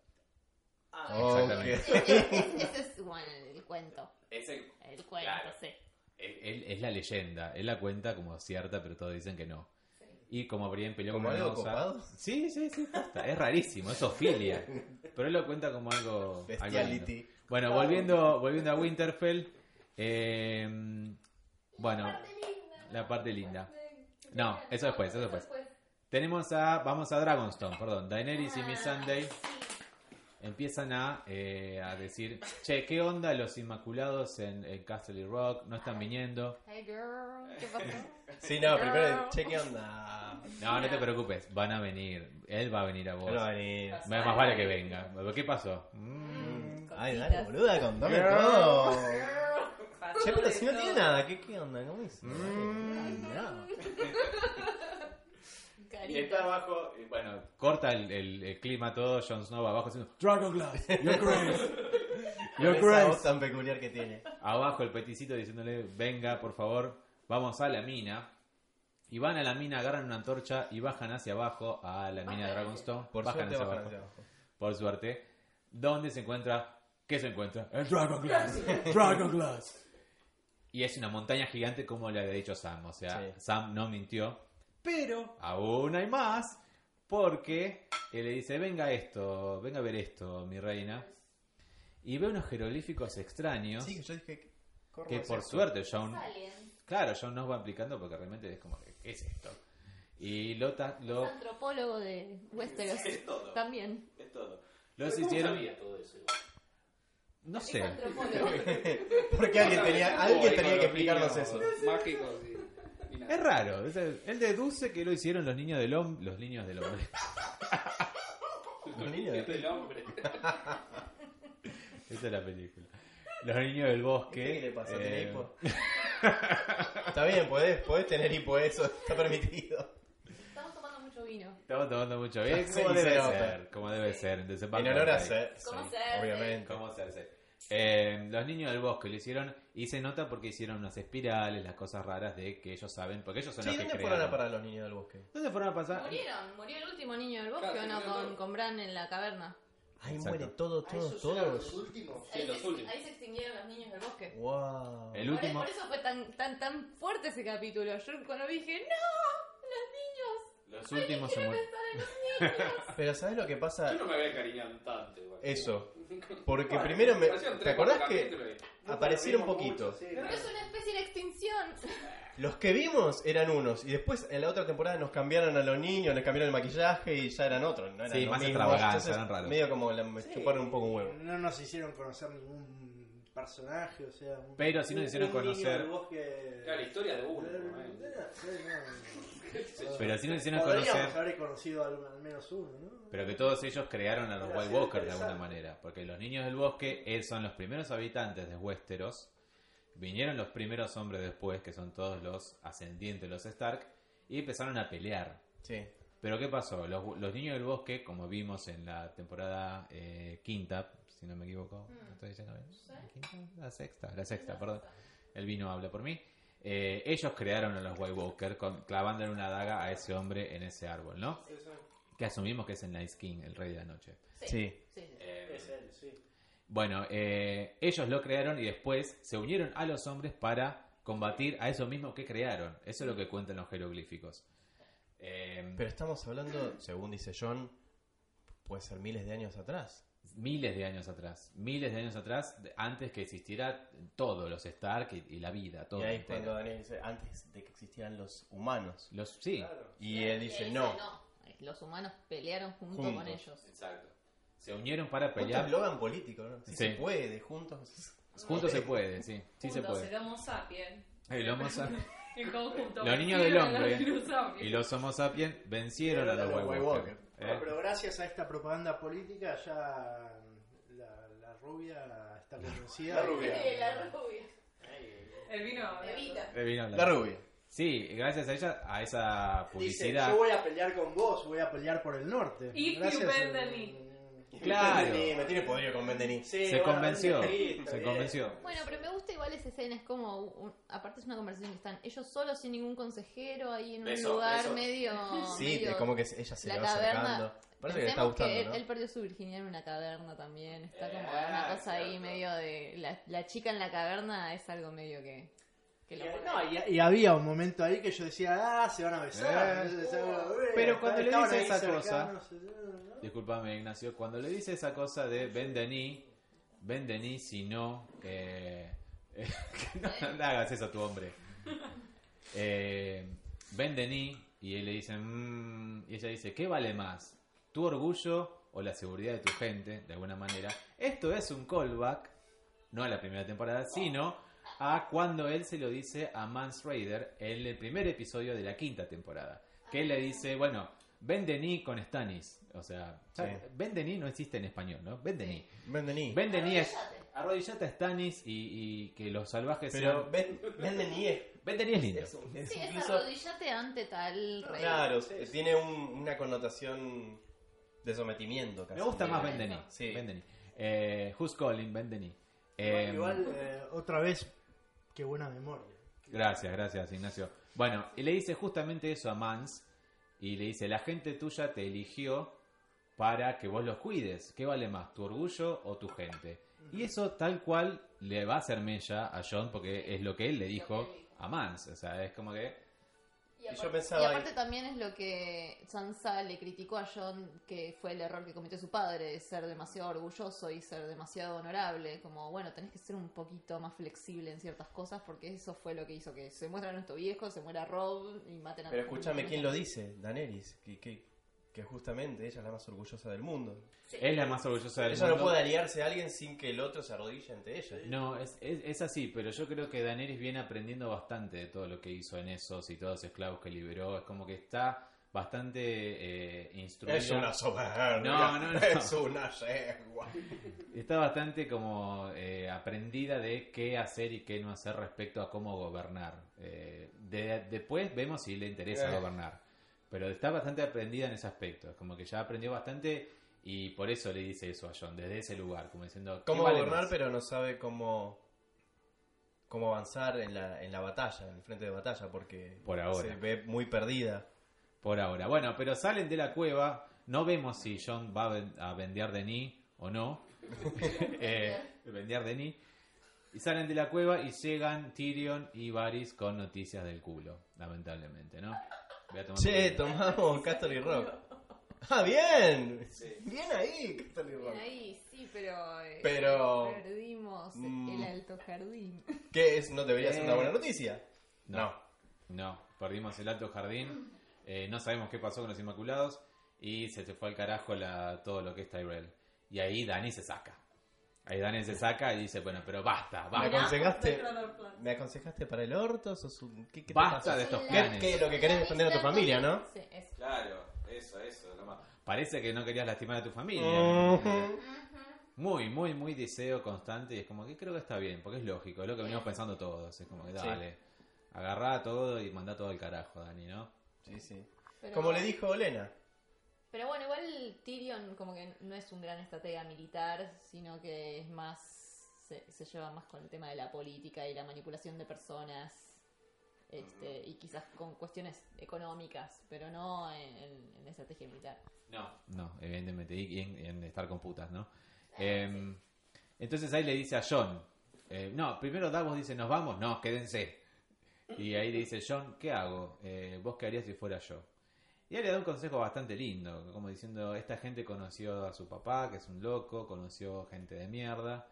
Oh,
Exactamente.
ok.
Ese ese- ese es bueno, el cuento.
Ese-
El cuento,
Claro.
sí.
él- él- es la leyenda, él la cuenta como cierta, pero todos dicen que no. Y como Brian peleó
¿Como
con una
algo
osa...
copado?
Sí, sí, sí, posta, es rarísimo, es ofilia. Pero él lo cuenta como algo... algo lindo.
Bestiality.
Bueno, volviendo, volviendo a Winterfell. eh, bueno,
La parte linda.
la parte linda. No, eso después, eso después. Tenemos a. Vamos a Dragonstone, perdón. Daenerys y Miss
Ah,
Sunday
sí.
empiezan a, eh, a decir: Che, ¿qué onda los Inmaculados en, en Castle Rock? No están viniendo.
Hey girl, ¿qué pasó?
Sí, no, primero, che, ¿qué onda?
No, no te preocupes, van a venir. Él va a venir a vos.
No va a venir.
Más más vale que venga. ¿Qué pasó? Mm.
Ay, dale, boluda, contame
Girl.
todo.
Pasó
Che, pero
de
si no tiene
todo.
nada, ¿qué, qué onda? ¿Cómo es? No.
Y
Carita.
está abajo, y bueno, corta el, el- el clima todo, Jon Snow abajo haciendo Dragon Glass, your grace,
Con
your
esa voz
grace.
tan peculiar que tiene.
Abajo el peticito diciéndole, venga, por favor, vamos a la mina. Y van a la mina, agarran una antorcha y bajan hacia abajo a la mina de Dragonstone.
Por
bajan
suerte
hacia
bajan
abajo.
hacia abajo.
Por suerte. Donde se encuentra, ¿qué se encuentra? El Dragon Glass, Dragon Glass. Y es una montaña gigante como le había dicho Sam. O sea,
Sí.
Sam no mintió. Pero aún hay más. Porque él le dice, venga esto, venga a ver esto, mi reina. Y ve unos jeroglíficos extraños
Sí, yo dije, corro
que
hacia
por
esto.
suerte John,
Salen.
claro, John nos va aplicando porque realmente es como, que, ¿qué es esto? Y lo, ta- lo,
Es antropólogo de Westeros.
oh. todo.
También.
es todo.
Pero
Los
¿cómo
hicieron,
sabía todo eso?
no
Es
sé,
antropólogo.
Porque alguien tenía, alguien
Oh,
tenía que
ecología,
explicarnos eso.
Mágicos y, y nada.
Es raro, es- él deduce que lo hicieron los niños del hombre, los niños del hombre,
Los niños de-
El hombre.
esa es la película. Los niños del bosque.
¿Qué le pasó?
eh,
¿Tenés hipo? Está bien, podés, podés tener hipo, eso está permitido.
Estamos tomando mucho vino.
Estamos tomando mucho bien,
Sí,
como
se
debe
nota.
ser, como debe ser. Entonces,
En
vamos
honor a
ahí.
ser,
¿Cómo
sí,
ser?
obviamente.
Como Cersei. Eh, los niños del bosque lo hicieron y se nota porque hicieron unas espirales, las cosas raras de que ellos saben, porque ellos son
Sí,
los que
¿dónde
crearon.
fueron a parar los niños del bosque?
¿Dónde fueron a pasar?
Murieron. Murió el último niño del bosque
Claro,
o no
sí, sí,
con,
sí.
con Bran en la caverna.
Ahí
Exacto.
muere todo,
Ah,
todo,
esos eran los
todos.
últimos.
Sí,
Ahí
los
se-
últimos.
ahí se extinguieron los niños del bosque.
Wow.
El último.
Por, eso fue tan, tan, tan fuerte ese capítulo. Yo cuando dije, ¡No!
Los
¡Los niños!
últimos se
¡Quiero
murieron.
pensar en los niños!
Pero ¿sabes lo que pasa?
Yo no me había encariñado tanto. Igual.
Eso. Porque
Bueno,
primero me...
parecieron
¿Te
tres,
acordás
cuatro
que
capítulos
aparecieron
Mucho,
poquitos?
sí.
Pero es una especie en extinción.
Los que vimos eran unos y después en la otra temporada nos cambiaron a los niños, les cambiaron el maquillaje y ya eran otros. No eran
Sí,
los
más
mismos.
extravagantes,
Entonces,
eran raros.
Medio como la- me
Sí.
chuparon un poco un huevo.
No nos hicieron conocer ningún personaje, o sea. un-
Pero sí nos
un-
hicieron
un niño
conocer-
del bosque-
Era la historia de uno. ¿no?
Era- sí, no.
¿Qué sé yo?
Pero así nos hicieron
Podríamos
conocer.
haber conocido al, al menos uno, ¿no?
Pero que todos ellos crearon a los
Era
White
así de
Walkers de alguna
interesante.
manera. Porque los niños del bosque eh, son los primeros habitantes de Westeros. Vinieron los primeros hombres después, que son todos los ascendientes, los Stark. Y empezaron a pelear.
Sí.
Pero ¿qué pasó? Los, los niños del bosque, como vimos en la temporada eh, quinta, si no me equivoco, ¿lo estoy diciendo bien? ¿La quinta? La sexta, Mm. la sexta, perdón. El vino habla por mí. Eh, ellos crearon a los White Walker con- clavándole una daga a ese hombre en ese árbol, ¿no? Que asumimos que es el Night King, el rey de la noche.
Sí.
sí, sí.
Es él, sí.
Bueno, eh, ellos lo crearon y después se unieron a los hombres para combatir a eso mismo que crearon. Eso es lo que cuentan los jeroglíficos. Eh,
Pero estamos hablando, según dice John, puede ser miles de años atrás.
miles de años atrás, miles de años atrás, de- antes que existiera todo, los Stark y, y la vida, todo.
y ahí es
entero.
cuando Daniel dice, antes de que existieran los humanos.
Los, sí,
Claro.
Y él dice, no.
Los humanos pelearon junto
Juntos.
con ellos.
exacto. Se unieron para
Un
pelear.
eslogan político, ¿no? Si
Sí.
se puede, juntos.
Juntos se puede, sí, sí se
Juntos,
puede.
el Homo sapiens.
El Homo sapiens
En conjunto.
Los niños del
vencieron a
hombre.
los virus sapiens.
y los Homo sapiens vencieron a
Eran
los
los
White
White
Walker.
Bueno,
¿eh?
pero gracias a esta propaganda política ya mm, la, la rubia está convencida.
La
de
rubia.
que-
Sí, la rubia.
El vino.
Evita.
Eh, vino a hablar.
La rubia.
Sí, gracias a ella, a esa
Dice,
publicidad.
yo voy a pelear con vos, voy a pelear por el norte.
If you
Gracias eh,
bend
a-
the
Claro.
Sí, me tiene podrido con Bendenis.
Sí,
se
bueno,
convenció,
sí, está
se
bien.
convenció.
Bueno, pero me gusta igual esa escena, es como, un- aparte es una conversación que están ellos solos sin ningún consejero ahí en un
Besos,
lugar
besos.
medio...
Sí,
medio-
te- como que ella se
la
le va
caverna-
acercando. Parece que le está
Pensemos
gustando,
él,
¿no?
él perdió su virginidad en una caverna también, está
Eh,
como
Ah,
una cosa ahí
cierto.
medio de... La, la chica en la caverna es algo medio que... que lo pone-
No, y, y había un momento ahí que yo decía, ah, se van a
Eh.
besar. Entonces, eh,
Pero cuando le
estaban
dice
ahí
esa
cercanos,
cosa-
eh, ¿no?
Disculpame, Ignacio, cuando le dice esa cosa de Ben Denis, Ben Denis, si no, eh, eh, que no, no hagas eso a tu hombre. Eh, ben Denis, Y él le dice, "Mm", y ella dice, ¿qué vale más? ¿Tu orgullo o la seguridad de tu gente? De alguna manera. Esto es un callback, no a la primera temporada, sino a cuando él se lo dice a Mans Raider en el primer episodio de la quinta temporada. Que él le dice, bueno, ven de mí con Stanis. O sea,
Sí.
ven de mí no existe en español, ¿no? Ven de mí.
Vendení.
Ven de mí es...
Arrodillate.
Arrodillate a Stanis y, y que los salvajes
Pero
sean...
ven- Vendení es,
Ven de mí es lindo.
es un- es
Sí, es
incluso-
arrodillate ante tal rey.
Claro, tiene un- una connotación de sometimiento casi.
Me gusta más
Sí.
Ben Denis.
Sí.
Ben Denis. Eh, Who's Calling, Ben Denis. Eh,
Igual, eh, otra vez, qué buena memoria.
Gracias, gracias, Ignacio. Bueno, y le dice justamente eso a Mans. Y le dice, la gente tuya te eligió para que vos los cuides. ¿Qué vale más, tu orgullo o tu gente? Y eso tal cual le va a hacer mella a John porque es lo que él le dijo a Mans. O sea, es como que...
Y
yo
aparte,
pensaba
y aparte
que-
también es lo que Sansa le criticó a John, que fue el error que cometió su padre, de ser demasiado orgulloso y ser demasiado honorable. Como, bueno, tenés que ser un poquito más flexible en ciertas cosas, porque eso fue lo que hizo que se muestran nuestro viejo, se muera Rob y maten a
Pero escúchame, ¿quién lo dice? Daenerys, que, que, que justamente ella es la más orgullosa del mundo.
Es la más orgullosa del
Ella no
mundo.
puede aliarse a alguien sin que el otro se arrodille ante ella.
No, es, es, es así, pero yo creo que Daenerys viene aprendiendo bastante de todo lo que hizo en esos y todos los esclavos que liberó. Es como que está bastante eh, instruida.
Es una soberbia.
No, no, no.
Es una yegua.
Está bastante como eh, aprendida de qué hacer y qué no hacer respecto a cómo gobernar. Eh, de- después vemos si le interesa
Eh.
gobernar. Pero está bastante aprendida en ese aspecto. Es como que ya aprendió bastante y por eso le dice eso a John, desde ese lugar, como diciendo... ¿qué
Cómo
vale
gobernar,
más?
pero no sabe cómo cómo avanzar en la, en la batalla, en el frente de batalla, porque
Por ahora.
se ve muy perdida.
Por ahora. Bueno, pero salen de la cueva. No vemos si John va a ven- a vendear de ni o no. eh, vendear de ni. Y salen de la cueva y llegan Tyrion y Varys con noticias del culo. Lamentablemente, ¿no? Voy a tomar
Che,
un-
tomamos Castle y Rock. ¡Ah, bien! Bien ahí, Castle y Rock.
Ahí sí, pero, eh,
Pero-
perdimos
Mm.
el alto jardín.
¿Qué es? ¿No debería ser una
Eh.
buena noticia?
No. No, perdimos el alto jardín. eh, no sabemos qué pasó con los Inmaculados. Y se te fue al carajo la, todo lo que es Tyrell. Y ahí Dani se saca. Ahí Dani se saca y dice, bueno, pero basta,
Me
basta.
aconsejaste, me aconsejaste para el orto, sos un... ¿Qué, qué te
Basta
pasa?
Ah, de estos
La-
planes.
¿Qué- qué? Lo que querés
la
defender a tu
vista
familia,
con-
¿no?
Sí, eso.
Claro, eso, eso. lo más. Parece que no querías lastimar a tu familia.
Ujú.
Muy, muy, muy deseo constante. Y es como que creo que está bien, porque es lógico, es lo que venimos pensando todos. Es como que
Sí.
dale, agarrá todo y mandá todo al carajo, Dani, ¿no?
Sí, sí.
Pero-
Como le dijo Olena.
Pero bueno, igual Tyrion como que no es un gran estratega militar, sino que es más se, se lleva más con el tema de la política y la manipulación de personas. Este, y quizás con cuestiones económicas, pero no en, en- en estrategia militar.
No. No, evidentemente. Y, y en, y en estar con putas, ¿no? Em, entonces ahí le dice a John. eh, no, primero Davos dice, ¿nos vamos? No, quédense. Y ahí le dice, John, ¿qué hago? Eh, ¿Vos qué harías si fuera yo? Y él le da un consejo bastante lindo, como diciendo, esta gente conoció a su papá, que es un loco, conoció gente de mierda.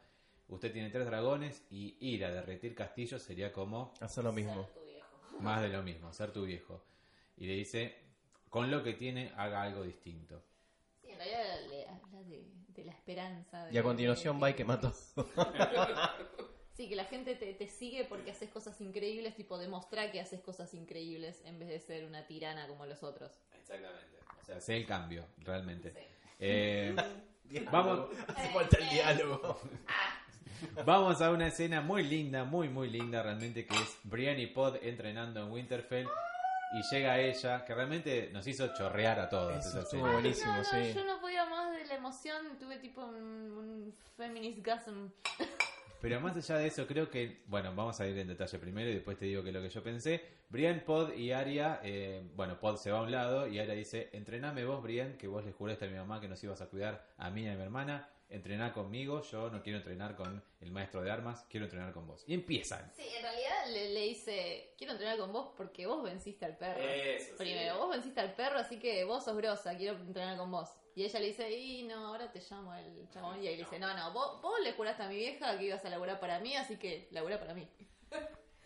Usted tiene tres dragones y ir a derretir castillos sería como
Hace lo mismo.
Tu viejo.
más de lo mismo, ser tu viejo. Y le dice, con lo que tiene, haga algo distinto.
Sí, en realidad le habla de, de la esperanza. de-
Y a continuación
de-
va y que mató.
Sí, que la gente te, te sigue porque haces cosas increíbles, tipo demostrar que haces cosas increíbles en vez de ser una tirana como los otros.
Exactamente. O sea, sé el cambio, realmente.
Sí.
Eh, vamos,
Hace falta el diálogo.
vamos a una escena muy linda, muy, muy linda realmente, que es Brienne y Pod entrenando en Winterfell. Y llega ella, que realmente nos hizo chorrear a todos.
Eso
esa
estuvo
escena.
buenísimo,
no, no,
sí.
Yo no podía más de la emoción, tuve tipo un, un feminist gasm.
Pero más allá de eso, creo que. Bueno, vamos a ir en detalle primero y después te digo que lo que yo pensé. Brian, Pod y Aria. eh, bueno, Pod se va a un lado y Aria dice: Entrename vos, Brian, que vos le juraste a mi mamá que nos ibas a cuidar a mí y a mi hermana. Entrená conmigo, yo no quiero entrenar con el maestro de armas, quiero entrenar con vos. Y empiezan.
Sí, en realidad le, le hice, quiero entrenar con vos porque vos venciste al perro.
Eso, Eh, sí.
Primero, vos venciste al perro, así que vos sos grosa, quiero entrenar con vos. Y ella le dice, y no, ahora te llamo el chabón. Y ahí le dice, no, no, vos, vos le juraste a mi vieja que ibas a laburar para mí, así que labura para mí.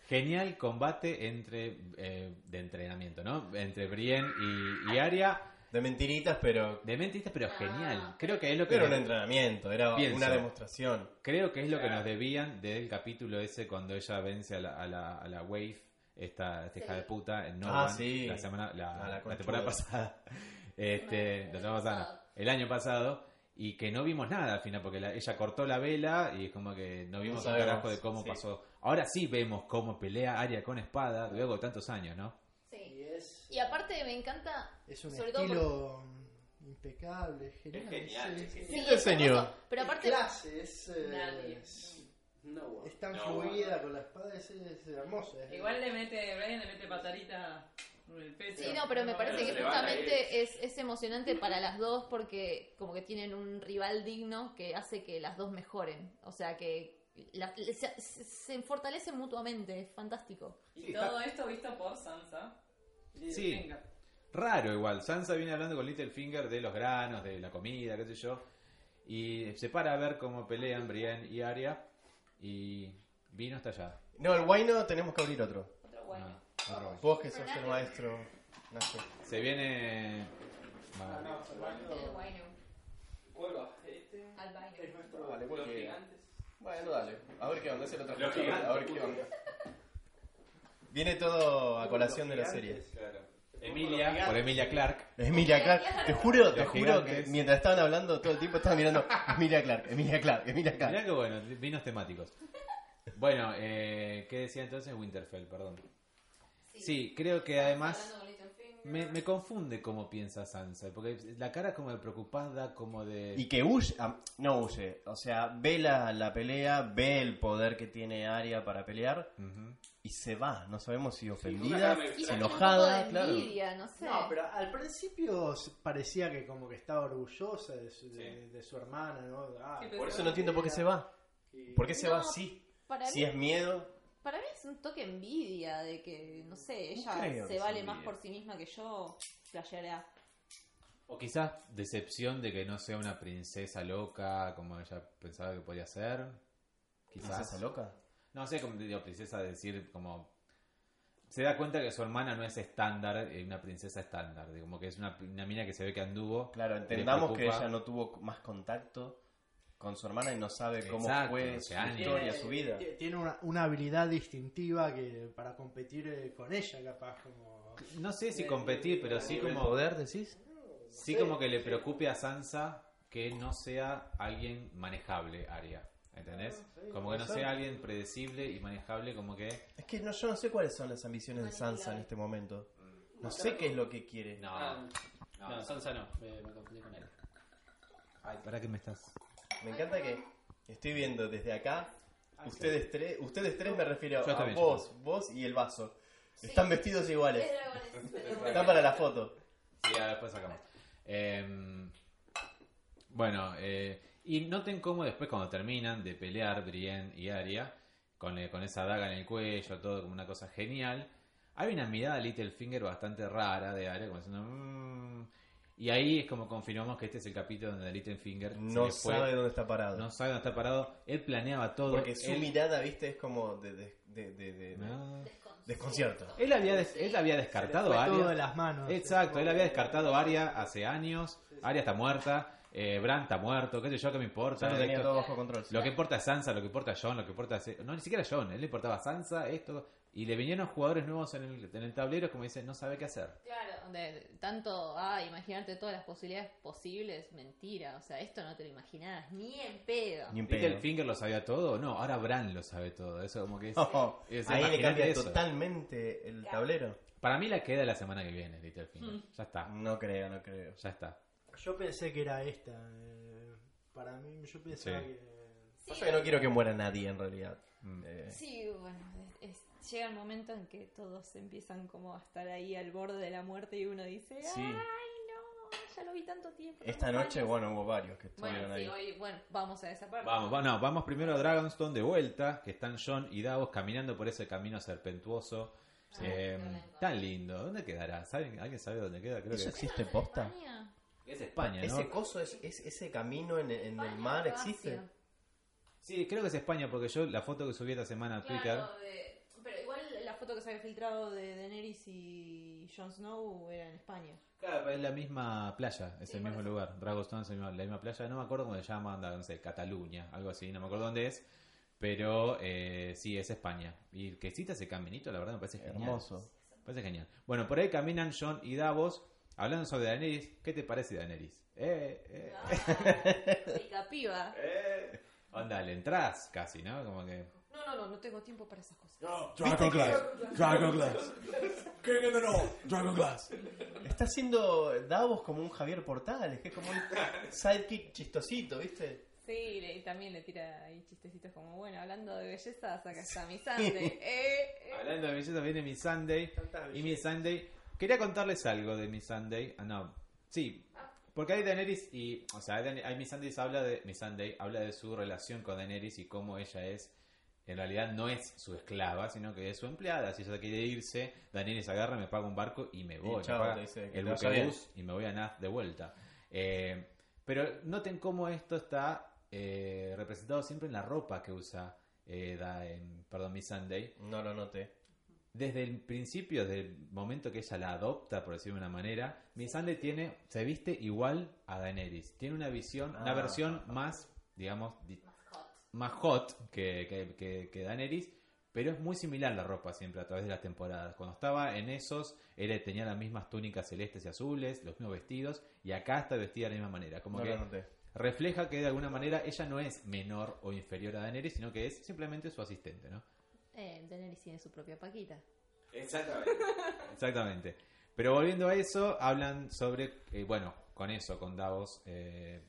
Genial combate entre eh, de entrenamiento, ¿no? Entre Brienne y, y Arya.
De mentiritas, pero.
De mentistas, pero
Ah.
genial. Creo que es lo que
Era un entrenamiento, era
Pienso.
una demostración.
creo que es lo que
Claro.
nos debían del capítulo ese cuando ella vence a la, a la, a la Wave, esta, esta hija
Sí.
de puta, en No
Ah,
One,
sí.
la semana, la,
A la
la
conchuda.
temporada pasada. Este,
No,
la
el
temporada
año
pasada,
pasado.
no, el año pasado, y que no vimos nada al final, porque la- ella cortó la vela y es como que no vimos un
sabemos,
carajo de cómo
sí.
pasó. Ahora sí vemos cómo pelea Aria con espada, luego de tantos años, ¿no?
Sí.
Y es,
Y aparte me encanta.
Es un
Sobre todo
estilo impecable, genial.
genial,
sí,
es
sí.
Sí,
Lindo
es hermoso,
diseño.
Pero
es
aparte.
clase, es, eh,
Nadie.
es,
No, bueno.
es tan
No,
fluida
bueno.
con la espada, es, es hermosa. es-
Igual le mete, Brian le mete patadita en el pecho.
Sí, no, pero me parece
Pero
que
se levanta
justamente es, es emocionante para las dos porque como que tienen un rival digno que hace que las dos mejoren. O sea que la- se, se- se fortalecen mutuamente, es fantástico.
Y
Sí, está-
todo esto visto por Sansa.
Sí.
Venga.
Raro igual. Sansa viene hablando con Littlefinger de los granos, de la comida, qué sé yo. Y se para a ver cómo pelean Brienne y Arya. Y vino hasta allá.
No, el guayno tenemos que abrir otro.
Otro guay.
No, no robes.
Vos que sos el maestro. Nacho.
Se viene... Vale.
¿Cuál va? Este es nuestro.
Vale,
los
porque-
gigantes.
Bueno, dale. A ver qué onda, es el otro
Los
juego,
gigantes,
A ver qué
puto.
onda. Viene todo a colación de la serie.
Claro.
Emilia, por Emilia Clark.
Emilia Clark, te juro, te
Los
juro que
gigantes.
mientras estaban hablando todo el tiempo estaba mirando Emilia Clark, Emilia Clark, Emilia Clark.
Mirá que bueno, vinos temáticos. Bueno, eh, ¿qué decía entonces Winterfell? Perdón. Sí, creo que además... Me, me confunde cómo piensa Sansa, porque la cara es como de preocupada, como de...
Y que huye, ah, no huye, o sea, ve la, la pelea, ve el poder que tiene Arya para pelear
Ujú.
y se va. No sabemos si
con una
ofendida,
cara medio
si
extraña.
enojada,
claro.
claro.
no sé.
No, pero al principio se- parecía que como que estaba orgullosa de su, de,
Sí.
de su hermana, ¿no? Ah,
Sí, pero
Por eso no entiendo por qué se va.
y-
¿Por qué se
No,
va así?
Para
Si
mí,
es miedo,
para mí es un toque de envidia de que, no sé,
No
ella
creo que
se
sea
vale
envidia.
más por sí misma que yo. Flasheará.
O quizás decepción de que no sea una princesa loca como ella pensaba que podía ser. Quizás.
¿princesa loca?
No sé, como digo, princesa decir como... Se da cuenta que su hermana no es estándar, eh, una princesa estándar. de Como que es una, una mina que se ve que anduvo.
Claro,
le
entendamos que
preocupa.
ella no tuvo más contacto con su hermana y no sabe cómo
Exacto,
fue
o
su
sea,
historia,
tiene-
su vida.
ti- Tiene una, una habilidad distintiva que para competir eh, con ella, capaz, como...
No sé si competir, pero sí como...
poder, decís?
Sí como que le preocupe a Sansa que no sea alguien manejable, Arya. ¿Entendés?
Ah, sí,
Como que
puede
no
ser.
sea alguien predecible y manejable, como que...
Es que no, yo no sé cuáles son las ambiciones de Sansa en este momento. No sé qué es lo que quiere.
No,
Ah,
no.
no, Sansa no, me, me confundí con él.
Ay, ¿para qué me estás...?
Me encanta que estoy viendo desde acá. Ustedes tres, ustedes tres me refiero
Yo
a
también, yo
vos, vos y el vaso. Están vestidos iguales. Están
Está
para la foto.
Sí, ahora después sacamos. Eh, bueno, eh, y noten cómo después cuando terminan de pelear Brienne y Arya, con, eh, con esa daga en el cuello, todo como una cosa genial, hay una mirada a Littlefinger bastante rara de Arya, como diciendo... "Mm". Y ahí es como confirmamos que este es el capítulo donde Littlefinger se
No
le fue,
sabe dónde está parado.
no sabe dónde está parado, él planeaba todo.
Porque su
él-
mirada, viste, es como de, de, de- de- de-
Ah.
desconcierto.
Él había, des- él había
Se le
descartado
fue
a Arya.
todo de las
Ah,
manos.
Exacto, él había descartado a Aria hace años. Aria está muerta, eh, Bran está muerto, qué sé yo, qué me importa.
Ya lo tenía
Esto-
todo bajo control.
Lo que importa es Sansa, lo que importa es John, lo que importa es... No, ni siquiera John, él le importaba Sansa, esto. Y le vinieron jugadores nuevos en el, en el tablero, como dice, no sabe qué hacer.
Claro, de tanto, ah, imaginarte todas las posibilidades posibles, mentira, o sea, esto no te lo imaginabas, ni en pedo.
Ni un
¿Viste el
pedo.
Finger lo sabía todo? No, ahora Bran lo sabe todo. Eso como que es...
No,
es-
ahí le
imagínate
cambia
eso.
totalmente el tablero.
Para mí la queda de la semana que viene, Littlefinger.
Mm.
Ya está,
No creo, no creo.
ya está.
Yo pensé que era esta. eh, para mí, yo pensaba
Sí.
que.
Pasa que no quiero que muera nadie en realidad. Eh,
Sí, bueno, es- es- llega el momento en que todos empiezan como a estar ahí al borde de la muerte y uno dice,
Sí.
ay no, ya lo vi tanto tiempo.
Esta
tantos
noche,
años".
bueno, hubo varios que estuvieron
Bueno, sí,
ahí.
hoy, bueno, vamos a esa parte.
Vamos, va- no, vamos primero a Dragonstone de vuelta, que están John y Davos caminando por ese camino serpentuoso.
Sí.
Eh,
Qué lindo.
tan lindo. ¿Dónde quedará? ¿Saben? ¿Alguien sabe dónde queda? Creo que
¿Eso
es
existe posta?
España,
España, ¿no?
Ese coso, es, es- ese camino en, en el
España,
mar
Croacia.
existe.
Sí, creo que es España, porque yo la foto que subí esta semana a Twitter...
Claro, de- pero igual
foto que se había filtrado de Daenerys y Jon Snow era en España.
Claro, es la misma playa, es
Sí,
el
por
mismo
eso.
lugar. Dragonstone es el mismo- la misma playa, no me acuerdo cómo se llama, anda, no sé, Cataluña, algo así, no me acuerdo dónde es. Pero eh, sí, es España. Y que cita ese caminito, la verdad, me parece genial.
Hermoso.
Me parece genial. Bueno, por ahí caminan John y Davos hablando sobre Daenerys. ¿Qué te parece Daenerys? Eh, eh.
Pica Ah, piba.
Onda, le entras casi, ¿no? Como que.
No, no, no, no tengo tiempo para esas cosas.
Dragon Glass. Dragon Glass. King in the North. Dragon Glass.
Está haciendo Davos como un Javier Portales, que es como un sidekick chistosito, ¿viste?
Sí, le- y también le tira ahí chistecitos como, bueno, hablando de bellezas, acá está mi
Sande, eh, eh.
Hablando de belleza, viene mi Sunday. Y mi Sunday. Quería contarles algo de mi Sunday. Ah, no. Sí. Porque hay Daenerys y. O sea, hay, Daene- hay Miss Sundays habla de. Miss Sunday habla de su relación con Daenerys y cómo ella es. En realidad no es su esclava, sino que es su empleada. Si ella quiere irse, Daenerys agarra, me paga un barco y me voy. Me
chao,
paga
te dice, que
el
te vaya bien.
buquebús y me voy a Naz de vuelta. Eh, pero noten cómo esto está eh, representado siempre en la ropa que usa. eh, da, em, perdón, Miss Sunday
No lo noté.
desde el principio, desde el momento que ella la adopta, por decirlo de una manera, Missandei tiene, se viste igual a Daenerys. Tiene una visión, una
Ah.
versión más, digamos, di- más hot que, que, que- que Daenerys, pero es muy similar la ropa siempre a través de las temporadas. Cuando estaba en esos, él tenía las mismas túnicas celestes y azules, los mismos vestidos, y acá está vestida de la misma manera. Como
no
que
lo noté.
refleja que de alguna manera ella no es menor o inferior a Daenerys, sino que es simplemente su asistente, ¿no?
Eh, Daenerys tiene su propia paquita.
Exactamente. Exactamente. Pero volviendo a eso, hablan sobre, eh, bueno, con eso, con Davos, eh,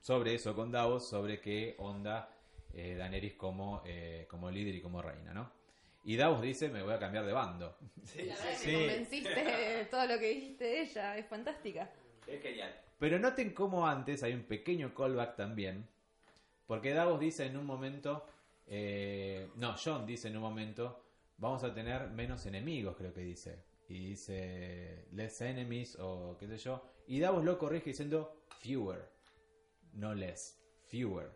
sobre eso, con Davos, sobre qué onda eh, Daenerys como, eh, como líder y como reina, ¿no? Y Davos dice, me voy a cambiar de bando.
La verdad que me convenciste de todo lo que dijiste de ella, es fantástica.
Es genial. Pero noten cómo antes hay un pequeño callback también. Porque Davos dice en un momento. eh, no, John dice en un momento. Vamos a tener menos enemigos, creo que dice. Y dice. Less enemies o qué sé yo. Y Davos lo corrige diciendo. Fewer. No less. Fewer.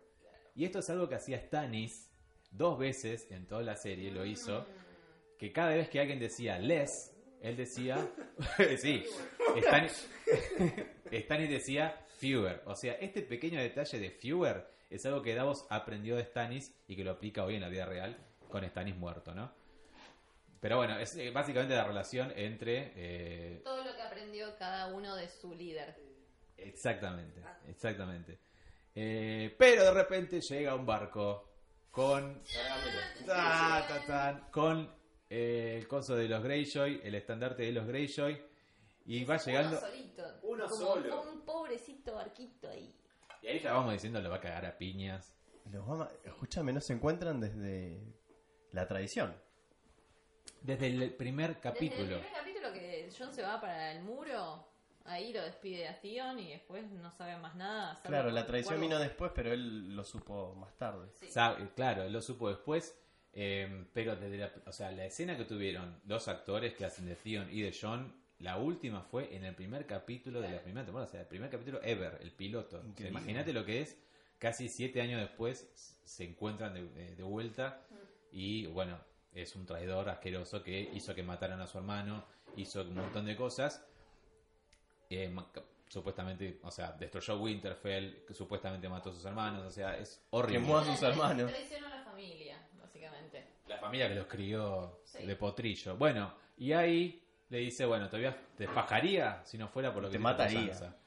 Y esto es algo que hacía Stannis dos veces en toda la serie. Lo hizo. Que cada vez que alguien decía less. Él decía. sí. Stannis. Stannis decía Fewer. O sea, este pequeño detalle de Fewer es algo que Davos aprendió de Stannis y que lo aplica hoy en la vida real con Stannis muerto, ¿no? Pero bueno, es eh, básicamente la relación entre... eh,
Todo lo que aprendió cada uno de su líder.
exactamente,
Ah.
exactamente. Eh, pero de repente llega un barco con... Ta, ta,
Ah,
ta, con eh, el coso de los Greyjoy, el estandarte de los Greyjoy. Y va llegando...
Uno solito.
Uno
como
solo.
Un pobrecito barquito ahí.
Y ahí ya vamos diciendo, lo va a cagar a piñas.
Los ama- Escúchame, no se encuentran desde la tradición.
Desde el primer
Desde
capítulo.
el primer capítulo que Jon se va para el muro, ahí lo despide a Tion y después no sabe más nada. salvo
Claro, la
que-
tradición
guarda-
vino después, pero él lo supo más tarde.
Sí.
Sabe- claro, lo supo después. eh, pero desde la, o sea, la escena que tuvieron los actores que hacen de Theon y de John, la última fue en el primer capítulo de la primera temporada. O sea, el primer capítulo ever, el piloto. O sea,
Increíble.
Imagínate lo que es. Casi siete años después s- se encuentran de, de- de vuelta. Y bueno, es un traidor asqueroso que hizo que mataran a su hermano, hizo un montón de cosas. eh, ma- ca- supuestamente, o sea, destruyó Winterfell, que supuestamente mató a sus hermanos, o sea, es horrible.
Quemó a sus hermanos.
Traicionó a la familia, básicamente.
La familia que los crió
Sí.
de potrillo. Bueno, y ahí le dice, bueno, todavía te fajaría si no fuera por lo que
Te
hizo
mataría.
con Sansa.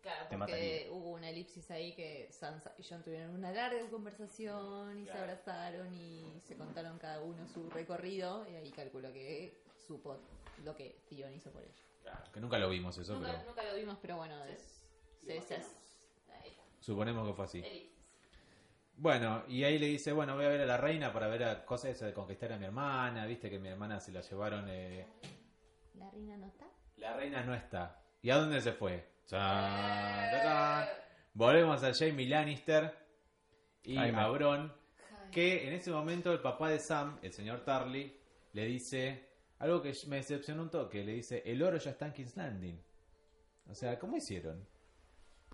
Claro, porque
Te mataría.
hubo una elipsis ahí que Sansa y John tuvieron una larga conversación y se abrazaron y se contaron cada uno su recorrido y ahí calculo que supo lo que Tion hizo por ella.
Que nunca lo vimos eso,
Nunca,
pero
nunca lo vimos, pero bueno, es, se, se- ahí está,
suponemos que fue así.
elipsis.
Bueno, y ahí le dice, bueno, voy a ver a la reina para ver a cosas esas de conquistar a mi hermana, viste que mi hermana se la llevaron... eh,
La reina no está.
La reina no está. ¿Y a dónde se fue? Chan, ta, tan. Volvemos a Jamie Lannister y
Jaime.
a Bron, que en ese momento el papá de Sam, el señor Tarly, le dice algo que me decepcionó un toque. Le dice, el oro ya está en King's Landing. O sea, ¿cómo hicieron?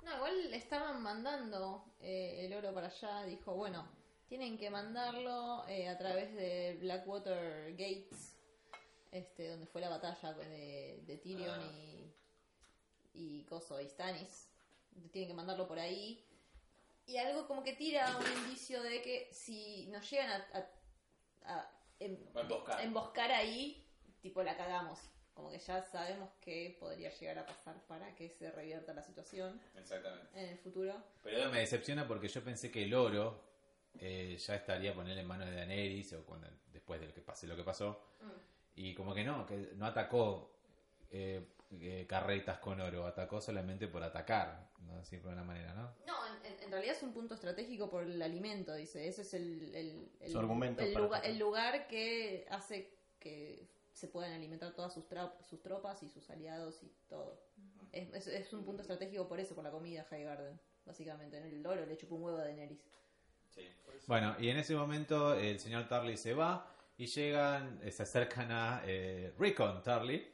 No, igual le estaban mandando eh, el oro para allá. Dijo, bueno, Tienen que mandarlo eh, a través de Blackwater Gates, este, donde fue la batalla de, de Tyrion
Ah.
y, y Coso y Stannis. Tienen que mandarlo por ahí. Y algo como que tira un indicio de que si nos llegan a, a- a em-
Va a emboscar.
emboscar ahí, tipo la cagamos. Como que ya sabemos que podría llegar a pasar para que se revierta la situación
Exactamente.
en el futuro.
Pero ahora me decepciona porque yo pensé que el oro eh, ya estaría ponerle en manos de Daenerys o cuando, después de lo que pase lo que pasó. Y como que no, que no atacó eh, eh, carretas con oro, atacó solamente por atacar, ¿no? Siempre de una manera, ¿no?
No, en- en, en realidad es un punto estratégico por el alimento, dice. Ese es el, el, el-
Su argumento
el
para
lugar,
atacar.
el lugar que hace que se puedan alimentar todas sus, trap- sus tropas y sus aliados y todo. Es, es- es un punto estratégico por eso, por la comida Highgarden, básicamente. En el oro le chupó un huevo de Daenerys.
Sí.
Bueno, y en ese momento el señor Tarly se va y llegan, eh, se acercan a eh, Rickon Tarly.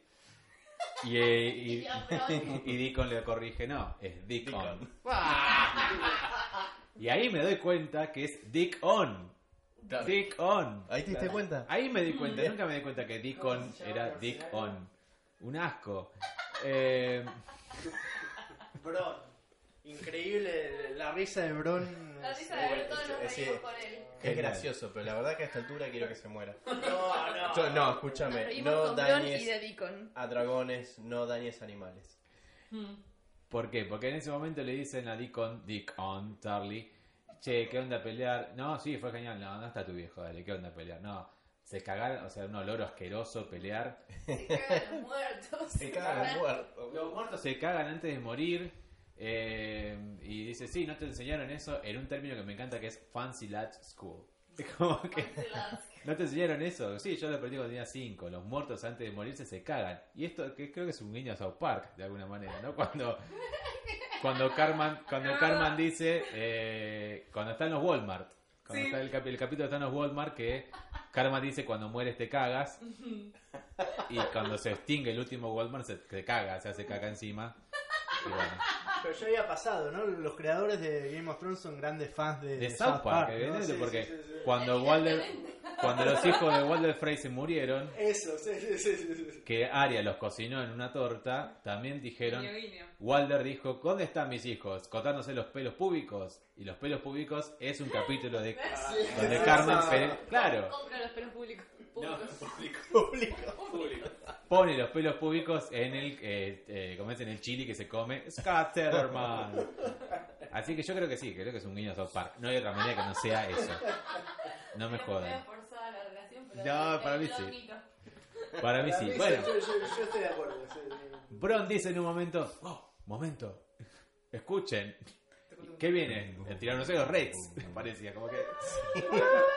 Y, eh, y, y Deacon le corrige, no, es Dickon. y ahí me doy cuenta que es Dick On.
Claro.
Dick On.
¿Ahí te diste cuenta?
Ahí me di cuenta, nunca me di cuenta que Deacon era Dick On. Un asco. Eh,
Bron. Increíble la risa de Bron. eh,
La risa de ver todos nos
es-
reímos
es-
con él.
Es gracioso, pero la verdad que a esta altura quiero que se muera.
No, no.
Yo, no,
Nos
escúchame,
reímos
no
con Bron y
dañes
de Deacon.
a dragones, no dañes animales.
Mm.
¿Por qué? Porque en ese momento le dicen a Deacon, Deacon, Tarly, che, ¿qué onda pelear? No, sí, fue genial, no, no está tu viejo, dale, ¿qué onda pelear? No, se cagaron, o sea, un olor asqueroso pelear.
Se cagan los muertos.
Se caga el
Los
muerto.
muertos se cagan antes de morir. eh, y dice, sí, no te enseñaron eso en un término que me encanta que es Fancy Latch School. Es como que... ¿No te enseñaron eso? Sí, yo lo aprendí cuando tenía 5. Los muertos antes de morirse se cagan. Y esto que creo que es un guiño a South Park, de alguna manera, ¿no? Cuando, cuando Carman, cuando Carman dice, eh, cuando están los Walmart, cuando
Sí.
está el, capi- el capítulo está en los Walmart, que Carman dice, cuando mueres te cagas. Y cuando se extingue el último Walmart, se, se caga, se hace caca encima. Y bueno,
Pero ya había pasado, ¿no? Los creadores de Game of Thrones son grandes fans de,
de South Park,
¿no?
evidentemente,
Sí,
porque
sí, sí, sí.
cuando Walder, cuando los hijos de Walder Frey se murieron,
Eso, sí, sí, sí, sí, sí.
que Aria los cocinó en una torta, también dijeron,
Guiño, guiño.
Walder dijo, ¿dónde están mis hijos? Cortándose los pelos públicos. Y los pelos públicos es un capítulo de... Donde Carmen Pérez, claro,
Compra los pelos públicos.
pone los pelos públicos en el, eh, eh, como es, en el chili que se come Scatterman. Así que yo creo que sí, creo que es un guiño a South Park. No hay otra manera que no sea eso. No me
Voy a
jodan.
forzar la relación, pero
No,
el-
para mí
el
sí.
loquito.
Para mí sí. Bueno,
Yo, yo- yo estoy de acuerdo. sí, sí.
Bron dice en un momento, oh, momento, escuchen. ¿Qué viene? El tiranosaurio Rex, parecía, como que...
Una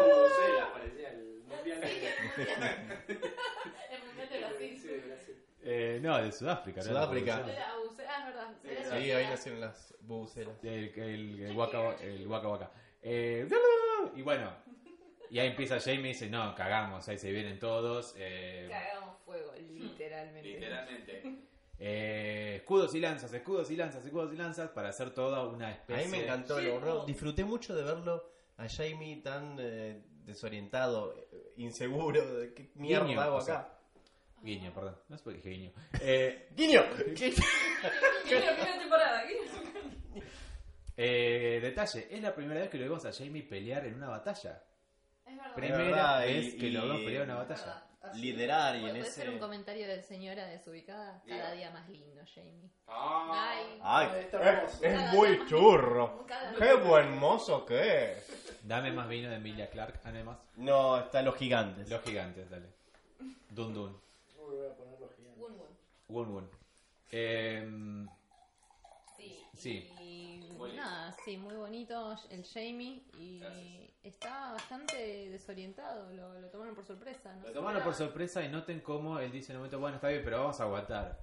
bubucela, parecía el mundial de-
El momento de los
Sí,
cinco.
de Brasil.
Eh, no, de Sudáfrica. ¿no?
Sudáfrica.
Era abuse- Ah, es verdad.
Sí,
Era
Sí,
yo.
ahí nacieron las bubucelas.
El, el, el Waka el Waka Waka. Eh, y bueno, y ahí empieza Jamie y dice, no, cagamos, ahí se vienen todos. eh,
Cagamos fuego, literalmente.
Literalmente.
eh, escudos y lanzas, escudos y lanzas, escudos y lanzas, para hacer toda una
A
especie...
mí me encantó, lo verdad. Disfruté mucho de verlo a Jamie tan eh, desorientado, eh, inseguro, de qué mierda
Guiño,
hago
o sea.
acá.
Guiño, perdón, no sé por qué dije guiño. Eh,
¡Guiño!
Guiño, guiño, temporada, guiño.
eh, detalle, es la primera vez que lo vemos a Jamie pelear en una batalla.
Es verdad.
Primera
verdad, y-
vez que lo vemos
y-
pelear en una
es
batalla.
Liderar y en
¿Puede ser un
ese...
comentario de señora desubicada?
Diga.
Cada día más lindo, Jamie.
Ah.
Ay.
¡Ay!
Está
Es,
hermoso.
es muy churro.
Cada
¡Qué buen mozo que es!
Dame más vino de Emilia Clark, además.
No, están los gigantes.
Los gigantes, dale. Dun Dun.
Uy, voy a ponerlo gigante.
Wun wun.
Wun Wun. Em,
Sí.
Sí.
Y
Muy lindo.
nada, sí, muy bonito el Jamie y
Gracias.
está bastante desorientado, lo, lo tomaron por sorpresa, ¿no?
lo
sé.
tomaron por sorpresa y noten cómo él dice en un momento, bueno, está bien, pero vamos a aguantar.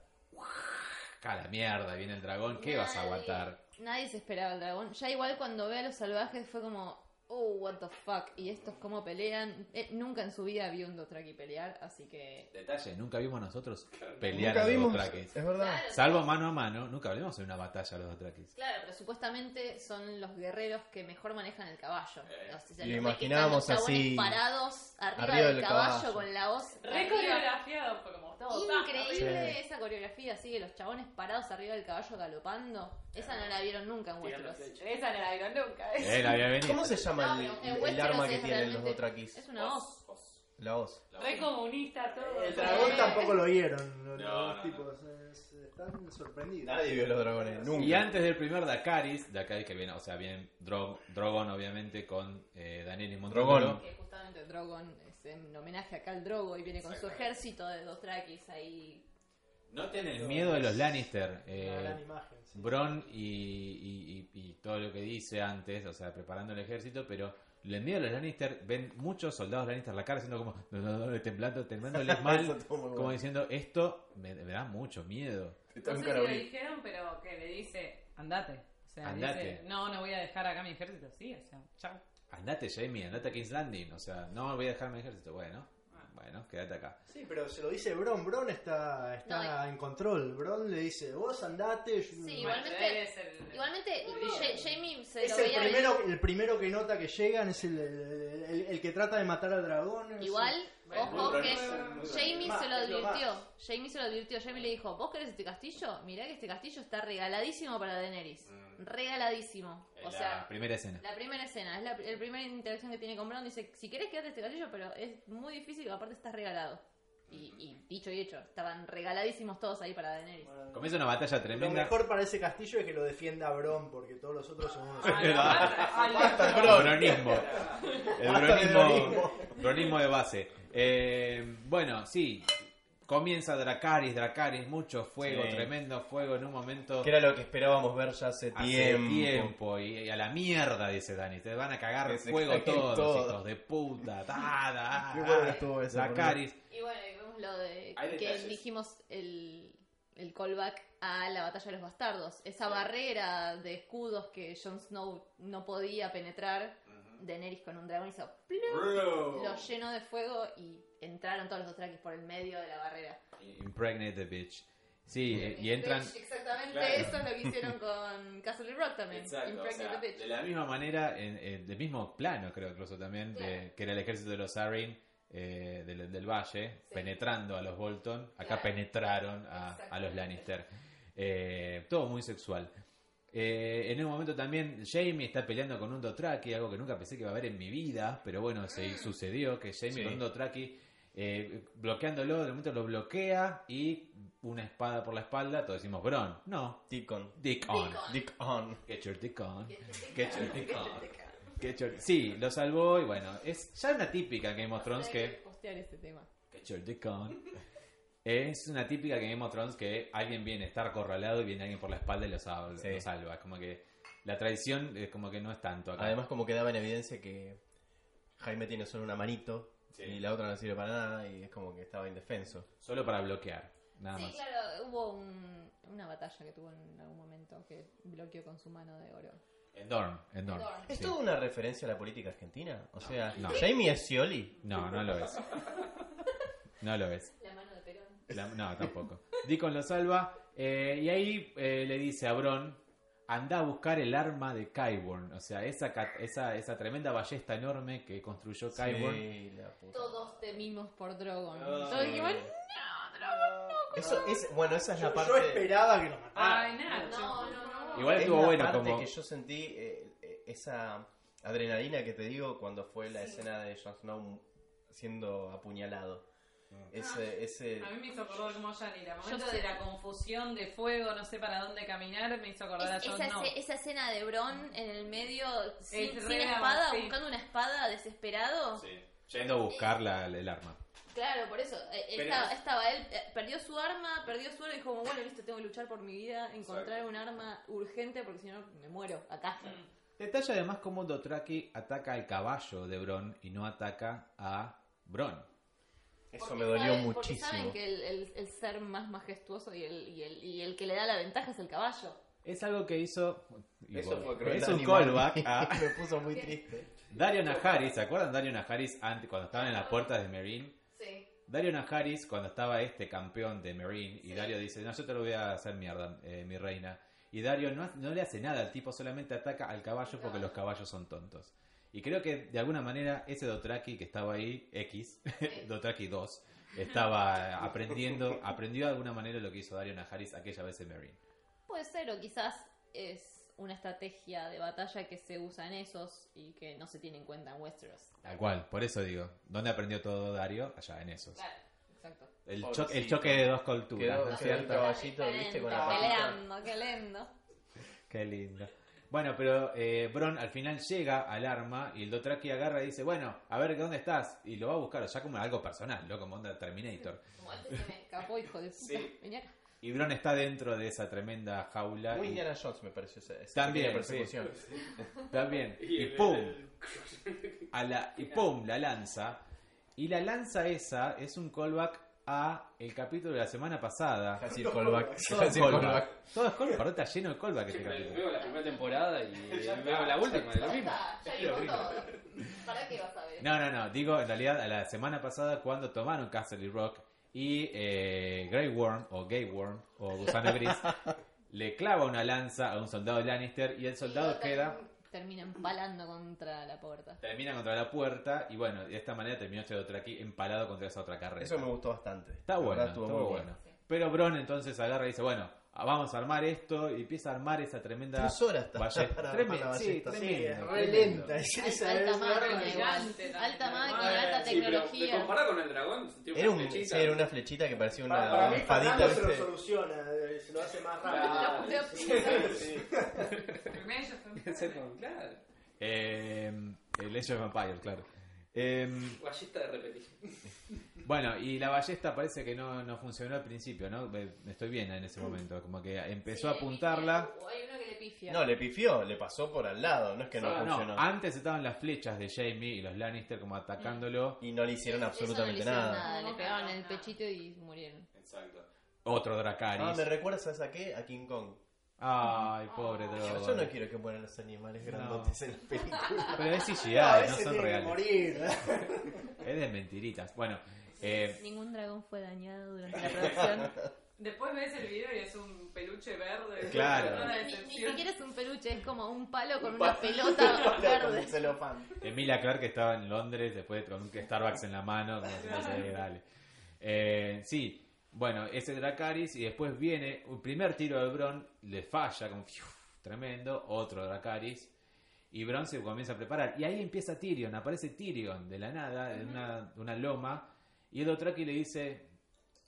Cada mierda, viene el dragón, ¿qué vas a
Nadie-
aguantar?
Nadie se esperaba el dragón. Ya igual cuando ve a los salvajes fue como,
oh, what the fuck, y estos cómo pelean. Eh, nunca en su vida vi un Dothraki pelear, así que...
Detalle, nunca vimos nosotros pelear
Nunca
a los
vimos.
Dothrakis.
Es verdad.
Claro,
Salvo mano a mano, nunca hablamos de una batalla a los Dothrakis.
Ah, Claro, pero supuestamente son los guerreros que mejor manejan el caballo.
Eh.
O sea,
Lo
los
imaginábamos
que están los chabones
así,
parados arriba,
arriba
del
del
caballo,
caballo.
con la voz
Re
arriba.
coreografiado, fue como todo.
Increíble esa coreografía, sí, de los chabones parados arriba del caballo galopando. Esa no la vieron nunca en
Tirando
Westeros.
flecha.
Esa no la vieron nunca.
Eh, la había venido.
¿Cómo se llama
No,
el,
pero en
el
Westeros
arma que
es
tienen los
realmente-
Dothrakis?
Es una voz.
La hoz.
Re comunista todo.
El dragón tampoco lo vieron. Los,
No,
los
no,
tipos es- están sorprendidos.
Nadie vio los dragones, nunca.
Y antes del primer Dakaris, Dakaris que viene, o sea, bien Dro- Drogon obviamente con eh, Daniel y Montrogolo.
Drogon.
Que justamente Drogon es en homenaje a Khal Drogo y viene con su ejército de Dothrakis ahí.
No tenés miedo de los Lannister.
Una
Eh,
gran imagen. sí.
Bron y, y- y- y todo lo que dice antes, o sea, preparando el ejército, pero le miedo a los Lannister, ven muchos soldados Lannister a la cara haciendo como no, no, no, temblando, temblándoles
Eso
mal,
estuvo muy
como
bueno.
diciendo, esto me, me da mucho miedo.
Está
No
un
sé si lo
carabinero.
dijeron, pero que le dice, andate. O sea,
Andate.
dice, no, no voy a dejar acá mi ejército. Sí, o sea, chao.
Andate, Jamie, andate a King's Landing, o sea, no voy a dejar mi ejército, bueno,
Ah.
bueno, quédate acá.
Sí, pero se lo dice Bron. Bron está, está en control. Bron le dice, vos andate. yo-
eh. Sí,
Bueno,
Igualmente-
él es el-
Igualmente, Jamie se lo
Es el
veía venir.
primero, el primero que nota que llegan, es el, el- el- el que trata de matar al dragón. es-
Igual,
Bueno,
ojo
muy
que
raro, muy raro.
Jamie
Más,
se lo
es lo
advirtió. Jamie se lo advirtió. Jamie le dijo: ¿Vos querés este castillo? Mirá que este castillo está regaladísimo para Daenerys. Regaladísimo.
la
O sea,
primera escena.
la primera escena, es la el primera interacción que tiene con Bron. Dice: Si querés quedarte este castillo, pero es muy difícil, aparte estás regalado. Y, y dicho y hecho, estaban regaladísimos todos ahí para Daenerys.
Comienza una batalla
Lo
tremenda.
mejor para ese castillo es que lo defienda Bron, porque todos los otros son unos...
A Ah, la bata, al
El
otro.
bronismo. El bronismo, bronismo de base. Eh, bueno, sí. Comienza Dracaris, Dracaris, mucho fuego,
Sí.
tremendo fuego en un momento.
Que era lo que esperábamos ver ya hace,
Hace
tiempo.
tiempo, y, y a la mierda, dice Dani. Te van a cagar
Que se
fuego
caguen
todos,
todos.
hijos de puta. Ta, da,
Qué
da.
bueno estuvo eso,
Dracarys.
Y bueno, y vemos lo de
Hay
que
detalles.
dijimos el, el callback a la batalla de los bastardos. Esa barrera de escudos que Jon Snow no podía penetrar. Daenerys con un dragón hizo plum,
Bro.
lo llenó de fuego y entraron todos los Dothrakis por el medio de la barrera.
Impregnate the bitch. Sí, eh, y entran.
Bitch, Exactamente
Claro.
eso es lo que hicieron con Castle Rock también.
Exacto, o
Impregnate
sea,
the bitch.
De la misma manera, en, en- del mismo plano, creo, incluso también, de, que era el ejército de los Arryn eh, del, del Valle,
Sí.
penetrando a los Bolton. Acá
Claro.
penetraron a, a los
Exactamente.
Lannister. Eh, todo muy sexual. Eh, en un momento también, Jamie está peleando con un Dothraki, algo que nunca pensé que iba a haber en mi vida, pero bueno,
Mm.
se sucedió que Jamie
Sí.
con un Dothraki. eh, bloqueándolo, de momento lo bloquea y una espada por la espalda, todos decimos Bron, no,
Dick on.
Dick on,
Dick on.
Get your dick on. Get your dick on. Get your- Sí, lo salvó y bueno, es ya una típica Game of Thrones
Hay que
que...
postear este tema.
Get your dick on. Es una típica Game of Thrones que alguien viene a estar acorralado y viene alguien por la espalda y lo, sal-
Sí.
lo salva. Es como que la traición es como que no es tanto acá.
Además, como quedaba en evidencia que Jaime tiene solo una manito y la otra no sirve para nada y es como que estaba indefenso.
Solo para bloquear, nada
Sí,
más.
claro, hubo un- una batalla que tuvo en algún momento que bloqueó con su mano de oro.
En Dorm, en Dorm.
Dorne.
¿Es
Sí.
toda una referencia a la política argentina? O sea,
no.
Jamie es Scioli.
No, no lo es. No lo es.
La mano de Perón.
La- no, tampoco. Deacon lo salva. eh, y ahí eh, le dice a Bron: anda a buscar el arma de Kyborn. O sea, esa, ca- esa, esa tremenda ballesta enorme que construyó Kyborn.
Sí, la puta.
Todos temimos por Drogon.
Ah.
Todos dijimos,
Eso es, bueno, esa es
Yo,
la parte.
yo esperaba que lo
Ah,
matara.
Ay, nada.
no, no, no.
Igual
es
estuvo
la
bueno
parte
como.
que yo sentí eh, eh, esa adrenalina que te digo cuando fue la escena de Jon Snow siendo apuñalado.
Ah.
Ese, ese
A mí me hizo acordar como Janira. El momento
Yo sé.
de la confusión, de fuego, no sé para dónde caminar, me hizo acordar
Es- e-
a Jon
esa,
Snow.
esce- esa escena de Bron en el medio, sin,
Es
sin
re
espada,
avance.
buscando una espada desesperado.
Yendo a buscar la- el arma.
Claro, por eso. eh, él
Pero-
estaba, estaba él, eh, perdió su arma, perdió su oro y dijo, como, bueno, listo, tengo que luchar por mi vida, encontrar un arma urgente porque si no me muero acá.
Mm.
Detalla además cómo Dothraki ataca al caballo de Bron y no ataca a Bron.
eso
Porque
me dolió
saben- Porque
muchísimo.
saben que el, el- el ser más majestuoso y el, y, el, y el que le da la ventaja es el caballo.
Es algo que hizo. y
Eso
bueno,
fue cruel.
es un
animal.
callback a
me puso muy triste.
Dario Najaris, ¿se acuerdan Dario Najaris antes, cuando estaban en las puertas de Marine?
Sí.
Dario Najaris, cuando estaba este campeón de Marine, y Dario dice, no, yo te lo voy a hacer mierda, eh, mi reina. Y Dario no, no le hace nada, el tipo solamente ataca al caballo porque los caballos son tontos. Y creo que de alguna manera ese Dotraki que estaba ahí, X, Dotraki 2, estaba aprendiendo, aprendió de alguna manera lo que hizo Dario Najaris aquella vez en Marine.
Puede ser, o quizás es una estrategia de batalla que se usa en esos y que no se tiene en cuenta en Westeros.
Tal cual, por eso digo, ¿dónde aprendió todo Dario? Allá en esos.
Claro, exacto.
El, cho-
Pobrecito.
el choque de dos culturas,
Quedó-
¿no es
quedó el
cierto?
caballito, viste, con la
Está
patita.
Peleando, qué lindo.
Qué lindo. Bueno, pero eh, Bron al final llega al arma y el Dotraki agarra y dice, bueno, a ver, ¿dónde estás? Y lo va a buscar, o sea, como algo personal, ¿no? Como onda Terminator.
Como este se me escapó.
Capó, hijo de puta.
Sí.
Vení acá.
Y Bron está dentro de esa tremenda jaula.
Muy
y-
Indiana Jones me pareció esa, esa
También,
pequeña persecución.
también.
Y
Y
el-
¡pum!
el-
a la, y ¡pum! la lanza. Y la lanza esa es un callback a el capítulo de la semana pasada.
Casi el callback.
Todo es
Casi el
callback.
callback.
Todo es callback, pero está lleno de callback este
Siempre
capítulo.
veo la primera temporada y veo la última, es lo mismo.
Ya está, ya vimos todo. ¿Para qué vas a ver?
No, no, no. Digo, en realidad, a la semana pasada cuando tomaron Castle Rock y eh, Grey Worm o Gay Worm o Gusano Gris le clava una lanza a un soldado Lannister y el soldado
Y
queda,
ter- Termina empalando contra la puerta.
termina contra la puerta y bueno, de esta manera terminó este otro aquí empalado contra esa otra carreta.
Eso me gustó bastante.
Está
La
bueno,
verdad, estuvo
estuvo
muy
bueno. Pero Bron entonces agarra y dice, bueno, ah, vamos a armar esto y empieza a armar esa tremenda...
Tres horas está
ballesta.
para
Tremendo,
armar la
sí,
ballesta.
tremendo,
Sí, es re
tremendo.
lenta. es
Alta,
esa-
alta
esa-
máquina, igual.
elegante también.
Alta
Ah,
máquina,
Bueno,
alta
sí, pero te
tecnología.
comparás con el dragón, tiene
Era,
una
un, sí,
flechita.
era una flechita que parecía una
Para, para mí,
espadita.
Fernando se lo
¿viste?
soluciona, eh, se lo hace más
Claro.
rápido.
Primero fue-
Claro,
Eh, el Age of Empires, claro. Eh,
ballesta de repetición.
Bueno, y la ballesta parece que no, no funcionó al principio, ¿no? Me- Estoy bien en
Mm.
ese momento, como que empezó a
Sí,
apuntarla.
o Hay uno que le pifia.
No, le pifió, le pasó por al lado, no es que no
Ah, no,
funcionó.
antes estaban las flechas de Jamie y los Lannister como atacándolo.
Y no le hicieron
Eso no
absolutamente
le hicieron
nada.
nada.
No,
Le pegaron
no,
en el
no.
pechito y murieron.
Exacto. Otro
Ah,
Dracaris.
me recuerda, ¿sabes a qué? A King Kong.
Ay, pobre
Ah, Yo,
Drogon.
yo no quiero que mueran los animales grandotes en las películas.
Pero es CGI,
No,
Ah,
no,
ese
son
tiene que
reales.
morir.
Es de mentiritas. Bueno, eh,
Ningún dragón fue dañado durante la producción.
Después ves el video y es un peluche verde.
Claro.
Una
ni, ni
decepción.
siquiera es un peluche, es como un palo con una pelota
Con
verde.
el celofán.
Emilia Clark estaba en Londres después de- con un Starbucks en la mano, como diciendo, "Sí, dale". Eh, sí, bueno, ese Dracaris y después viene un primer tiro de Bron, le falla con fiu, tremendo, otro Dracaris y Bron se comienza a preparar y ahí empieza Tyrion, aparece Tyrion de la nada, de una, de una loma y el Dothraki le dice,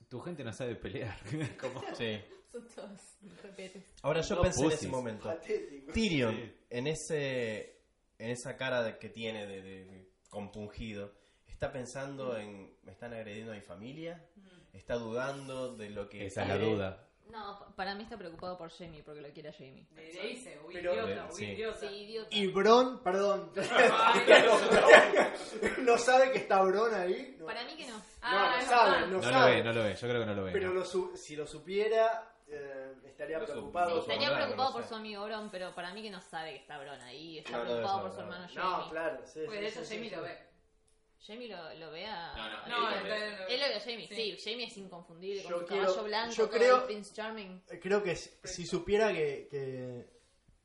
tu gente no sabe pelear, como
Sí.
Son todos repetes.
Ahora yo
No
pensé
pussies.
en ese momento.
Patético.
Tyrion,
Sí.
en ese en esa cara de- que tiene de, de- de compungido, está
Mm.
pensando en me están agrediendo a mi familia, está dudando de lo que
esa es la
quiere.
duda.
No, pa- para mí está preocupado por Jamie, porque lo quiere a Jamie.
Le le dice, uy,
Pero-
eh,
idiota, uy,
Sí.
idiota. Ah,
Sí, idiota.
Y Bron, perdón.
Ay,
¿No sabe que está Bron ahí? No,
Para mí que no.
Ah,
no, no
es
sabe,
verdad.
no,
No lo
sabe.
ve, no lo ve, yo creo que no lo ve.
Pero
¿no?
lo su- si lo supiera, eh, estaría
Lo su-
preocupado.
lo
por-
Estaría
Bron,
preocupado
no
por
sé.
su amigo Bron, pero para mí que no sabe que está Bron ahí. Está
No, no
preocupado
debe
por su
saber,
hermano Jamie.
No, claro, sí.
Pues
sí,
de hecho
sí,
Jamie
sí.
lo ve.
Jamie lo, lo ve a.
No,
Ahí
el-
lo ve.
el-
Él lo ve a Jamie,
Sí.
sí. Jamie es inconfundible.
Yo
con su
quiero-
caballo blanco,
yo
todo
creo-
el Prince Charming.
Eh,
Creo que si, si supiera que, que,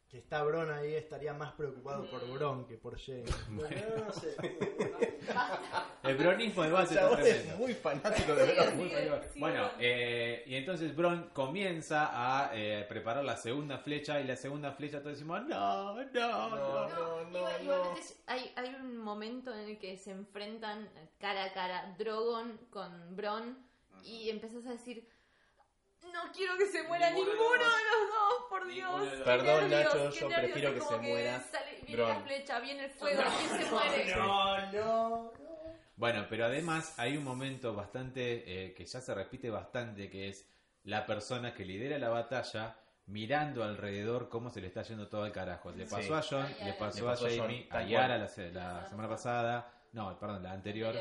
que está Bron ahí, estaría más preocupado por
Mm.
Bron que por Jamie.
No, no, no sé.
El bronismo de base está
Chabón
tremendo.
es muy fanático de Bron.
Muy feo. bueno, eh, y entonces Bron comienza a eh, preparar la segunda flecha y la segunda flecha todos decimos, no, no, no.
No, no,
Igual-
no.
igualmente es- hay, hay un momento en el que se enfrentan cara a cara Drogon con Bron y empezás a decir, no quiero que se muera
Ninguno
ninguno
de
de
los
los dos, por
Ninguno de
Dios.
los
qué
dos.
Perdón,
nervios,
Nacho,
qué
yo
nervios,
prefiero
es
que
como
se muera
sale- viene la
Bron.
flecha, viene el fuego, ¿quién se muere?
No, no.
Bueno, pero además hay un momento bastante eh, que ya se repite bastante, que es la persona que lidera la batalla mirando alrededor cómo se le está yendo todo al carajo. Le
Sí.
pasó a John,
A Yara.
le pasó,
Le pasó
a
a Jon,
Jamie, a
tal
Yara
cual.
la, se- la semana pasada, no, perdón, la anterior.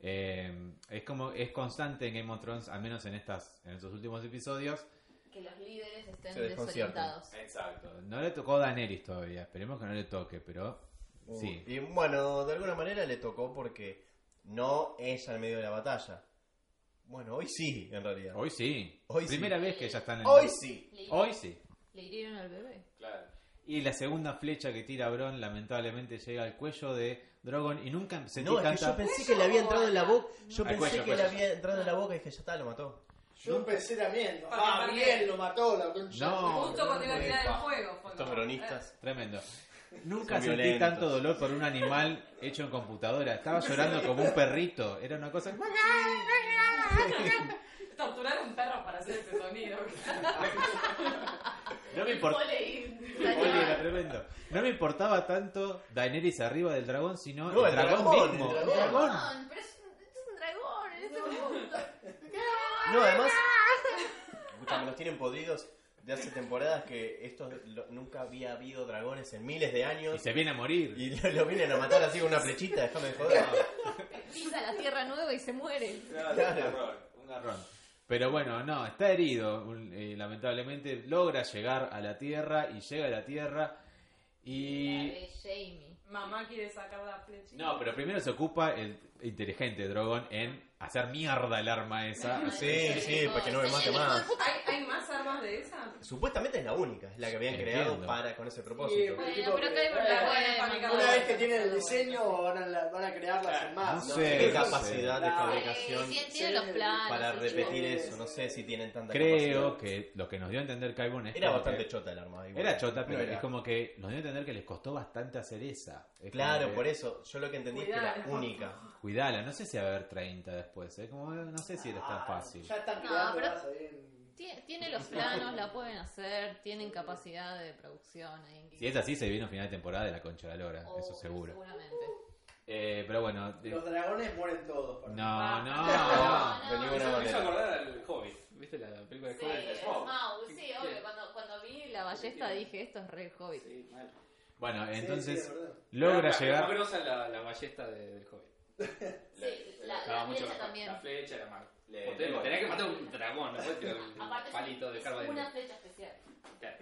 Eh, es como es constante en Game of Thrones, al menos en estas, en estos últimos episodios,
Que los líderes
Se
estén
desconciertan.
desorientados.
Exacto. No le tocó Daenerys todavía. Esperemos que no le toque, pero Sí.
Uh, Y bueno, de alguna manera le tocó porque no ella en medio de la batalla. Bueno, hoy sí, en realidad.
Hoy sí.
Hoy sí.
Primera vez que ya están en
Hoy sí.
Le-
Hoy sí.
Le hirieron al bebé.
Claro.
Y la segunda flecha que tira Bron lamentablemente llega al cuello de Drogon y nunca se
No, es que yo pensé que le había entrado en la boca. Yo
Al
pensé
cuello,
que
cuello.
le había entrado en la boca y dije, ya está, lo mató.
Yo pensé también.
Para
Ah,
matarle.
bien, lo mató la concha.
No.
Justo cuando iba a tirar el
Epa.
fuego. fue
Estos
como,
cronistas.
Tremendo. Nunca
Son
sentí
violentos.
tanto dolor por un animal hecho en computadora. Estaba llorando como un perrito. Era una cosa.
eh, Torturar a un perro para hacer ese sonido.
No me importaba. Oye, era tremendo. No me importaba tanto Daenerys arriba del dragón, sino
No,
el,
el
dragón,
dragón,
mismo.
el
Un
dragón.
dragón, pero es un, es un dragón en ese momento.
No, además. Escúchame, los tienen podridos de hace temporadas que estos lo- nunca había habido dragones en miles de
Y
años.
se viene a morir.
Y lo, lo vienen a matar así con una flechita, déjame de joder.
Pisa la tierra nueva y se muere.
Claro,
Claro.
un error.
Un garrón. Pero bueno, no, está herido, un- eh, lamentablemente. Logra llegar a la tierra y llega a la tierra.
La
Y.
de Jamie.
Mamá quiere sacar la flecha.
No, pero primero se ocupa el inteligente Drogon en hacer mierda el arma esa.
Sí, sí, para que no me mate más.
¿Hay, hay más armas de esas?
Supuestamente es la única, es la que habían
Entiendo.
creado para con ese propósito.
Sí,
Bueno, pero acá hay
Bueno,
verdad,
bueno,
bueno,
para
Una
bueno.
vez que tienen el diseño, van a, la- van a crearlas en
No
más.
sé.
¿Qué
Sí,
capacidad de
sí.
fabricación
Sí, entiendo los
Sí,
planos.
para
el
repetir
tipo-
eso? No sé si tienen tanta
Creo
capacidad.
que lo que nos dio a entender Kaibon es
Era
como
bastante
que-
chota el arma. igual.
Era chota, pero
No era.
es como que nos dio a entender que les costó bastante hacer esa. Es como
Claro,
que-
por e-, eso. Yo lo que entendí es que
Cuidado.
era única.
Cuidala, no sé si va a haber 30 después, ¿eh? Como, eh, no sé si era tan
Ah,
fácil.
Ya están
No,
creando
pero-
más ahí en-
Tie- Tiene los planos, la pueden hacer, tienen capacidad de producción. ahí en
Si es así, se viene un final de temporada de la concha de la lora,
Oh,
eso seguro.
Seguramente.
Eh, pero bueno, eh,
Los dragones mueren todos. para mí.
no, no,
Ah,
no.
no.
De ninguna
Eso me hizo
manera.
acordar al Hobbit. ¿Viste la película de
Sí,
Hobbit?
es
Oh,
Maul, sí,
sí.
obvio. Cuando, cuando vi la ballesta dije, esto es re hobbit.
Sí, mal.
Bueno,
Sí,
entonces
sí, de verdad.
logra
Pero,
llegar.
pero No grosa la, la ballesta de- del Hobbit.
Sí, la-
Estaba
la
mucho
flecha
mejor.
también.
La flecha era más.
Le-
potente.
le-
Tenía Eh, que matar un dragón, no puedes tirar
Aparte
un
es-
palito de
es
carne.
una flecha especial.
Claro.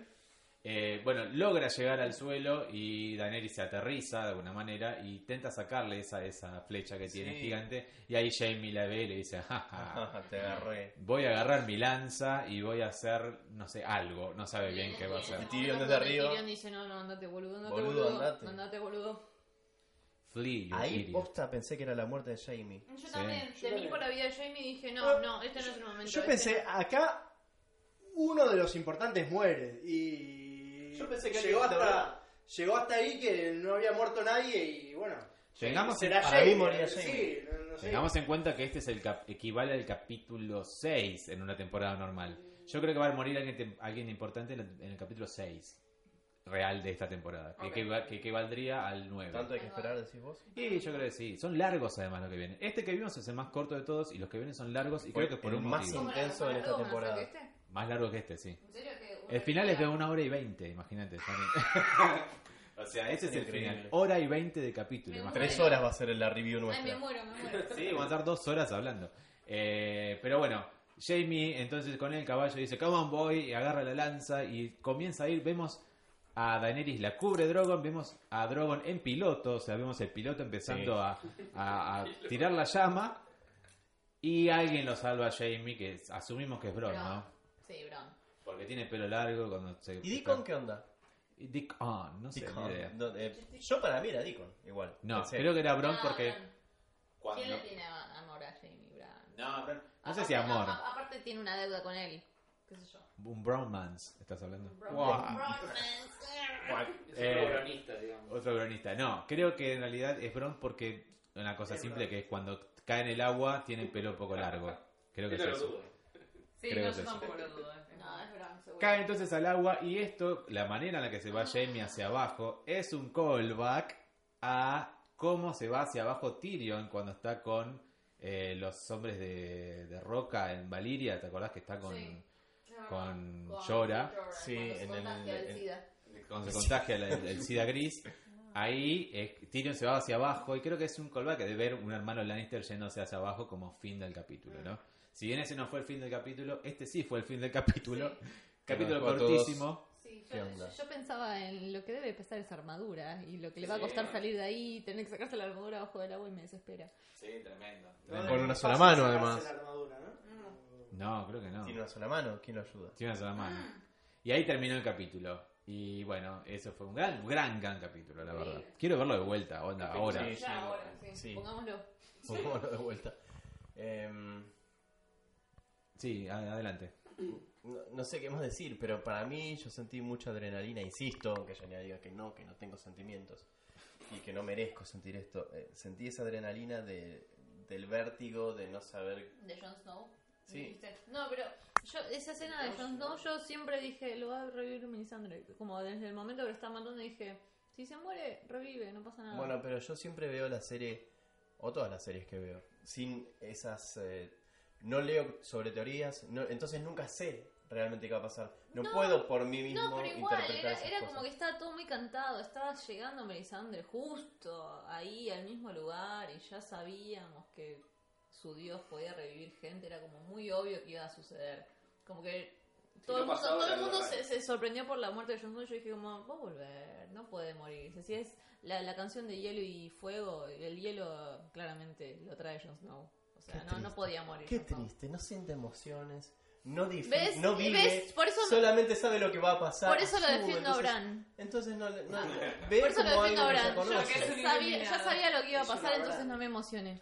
Eh, bueno, logra llegar al suelo y Daenerys se aterriza de alguna manera y intenta sacarle esa, esa flecha que tiene
Sí.
gigante. Y ahí Jamie la ve y le dice, "Ja, ja,
Ajá, Te agarré.
voy a agarrar mi lanza y voy a hacer, no sé, algo. No sabe bien qué va a
En ese
hacer.
Y Tyrion
momento
desde
cuando
arriba.
Tyrion dice, no, no, andate boludo, andate
Boludo,
boludo.
andate.
andate, boludo.
Flee, you
Ahí
idiot.
posta pensé que era la muerte de Jamie.
Yo
Sí.
también,
Yo
te vi
también.
por la vida de Jamie y dije, no, no, este no es el momento.
Yo
este
pensé,
no".
acá uno de los importantes muere y
Yo pensé que
llegó
alguien
hasta, llegó hasta ahí que no había muerto nadie y bueno.
Tengamos
Será
para
Jamie,
mí moría
sí,
Jamie.
no- no sé.
Tengamos en cuenta que este es el cap- equivale al capítulo 6 en una temporada normal. Yo creo que va a morir alguien, tem- alguien importante en el, en el capítulo 6 real de esta temporada, que,
Ok.
equiva- que equivaldría al 9.
Tanto hay que esperar, decís vos.
Y yo creo que sí, son largos además los que vienen. Este que vimos es el más corto de todos y los que vienen son largos y creo que por
El
un
más
motivo.
¿Cómo la-
intenso
cómo
en
la
esta
toman?
temporada.
¿Sabe este?
Más largo que este, sí.
¿En serio que una
El final es de
pelea-
una hora y veinte, imagínate. Tony. o sea, ese es el
Increíble.
final. Hora y veinte de capítulo.
Me
imagínate.
Tres horas va a ser la review
Ay, me
nuestra.
muero, me muero.
Sí, vamos a estar dos horas hablando. Eh, pero bueno, Jamie entonces con el caballo dice, come on boy, y agarra la lanza y comienza a ir, vemos a Daenerys la cubre Drogon, vemos a Drogon en piloto, o sea, vemos el piloto empezando a, a- a tirar la llama y alguien lo salva a Jamie, que es- asumimos que es Bron,
Bron.
¿no?
Sí, Bron.
Porque tiene pelo largo cuando se...
¿Y Deacon qué onda?
Y Dick On, no sé, ni idea.
Deacon. No, eh, yo para mí era Deacon, igual.
No,
Pensé.
creo que era Bron
No,
porque...
Bron.
cuando-
¿Quién le tiene Ah, a- amor a Jamie Bron?
No, Bron- no sé
Aparte-
si amor.
a- a- Aparte tiene una deuda con él. ¿Qué sé yo?
Un bromance, estás hablando.
Bron-
Wow.
Bronmance.
Guac.
Es
Eh,
otro cronista, digamos.
Otro cronista. No, creo que en realidad es Bron porque una cosa
Es
simple que es cuando cae en el agua tiene el pelo poco largo. Creo que es
Esto lo
eso.
dudo.
Sí,
Creo
no,
que
yo
es
tampoco lo dudo. eh.
No, es Bron, seguro.
Cae entonces al agua y esto, la manera en la que se va Jamie hacia abajo es un callback a cómo se va hacia abajo Tyrion cuando está con eh, los hombres de, de roca en Valiria. ¿Te acordás que está con...
Sí.
con Jorah.
Sí,
cuando se
en el-
contagia del
en-
SIDA.
cuando se contagia la- el, el sida gris, ahí eh, Tyrion se va hacia abajo y creo que es un callback de ver un hermano Lannister yéndose hacia abajo como fin del capítulo, ¿no? Si bien ese no fue el fin del capítulo, este sí fue el fin del capítulo. Capítulo
Conozco a todos.
cortísimo.
Sí,
¿Qué
Yo,
onda?
yo pensaba en lo que debe pesar esa armadura y lo que le va a
Sí.
costar salir de ahí, tener que sacarse la armadura abajo del agua y me desespera.
Sí, tremendo.
Con una sola mano, además.
La armadura, ¿no?
Mm.
No, creo que no.
Tiene una sola mano, ¿quién lo ayuda?
Tiene una sola mano. Y ahí terminó el capítulo. Y bueno, eso fue un gran, gran, gran capítulo, la verdad. Quiero verlo de vuelta, onda, ahora.
Sí, sí,
Ya, ahora, sí.
sí.
Pongámoslo.
Pongámoslo de vuelta. Em,
Sí, a- adelante.
no, no sé qué más decir, pero para mí yo sentí mucha adrenalina, insisto, aunque ya diga que no, que no tengo sentimientos y que no merezco sentir esto. eh, sentí esa adrenalina de, del vértigo, de no saber.
De Jon Snow.
Sí.
dijiste.
No, pero yo, esa escena de Jon Snow, yo siempre dije, lo va a revivir Melisandre. Como desde el momento que lo estaba matando dije, si se muere, revive, no pasa nada.
Bueno, pero yo siempre veo la serie, o todas las series que veo, sin esas. eh, no leo sobre teorías, no- entonces nunca sé realmente qué va a pasar. No,
No,
puedo por mí mismo
no, pero igual,
interpretar
era,
esas
era
cosas.
como que estaba todo muy cantado, estaba llegando Melisandre justo ahí al mismo lugar y ya sabíamos que su dios podía revivir gente, era como muy obvio que iba a suceder. Como que todo
no
el mundo,
pasaba,
todo
era
el mundo
algo
se,
raro.
se sorprendió por la muerte de Jon Snow, yo dije como, va a volver, no puede morir. Así es, la, la canción de hielo y fuego, el hielo claramente lo trae Jon Snow. O sea,
Qué
no, no
triste.
podía morir.
Qué
Jon Snow.
triste, no siente emociones, no
¿Ves?
dice, no vive,
¿Ves? Por eso-
solamente sabe lo que va a pasar.
Por eso lo
Asume,
defiendo a
entonces-
Bran.
Entonces no, le- no
Ah,
ve
Por eso lo
como
defiendo
algo que
ahora.
ya
Yo
conoce.
que-
sabía, ya sabía lo que iba a
Es una
pasar,
verdad.
entonces no me emocioné.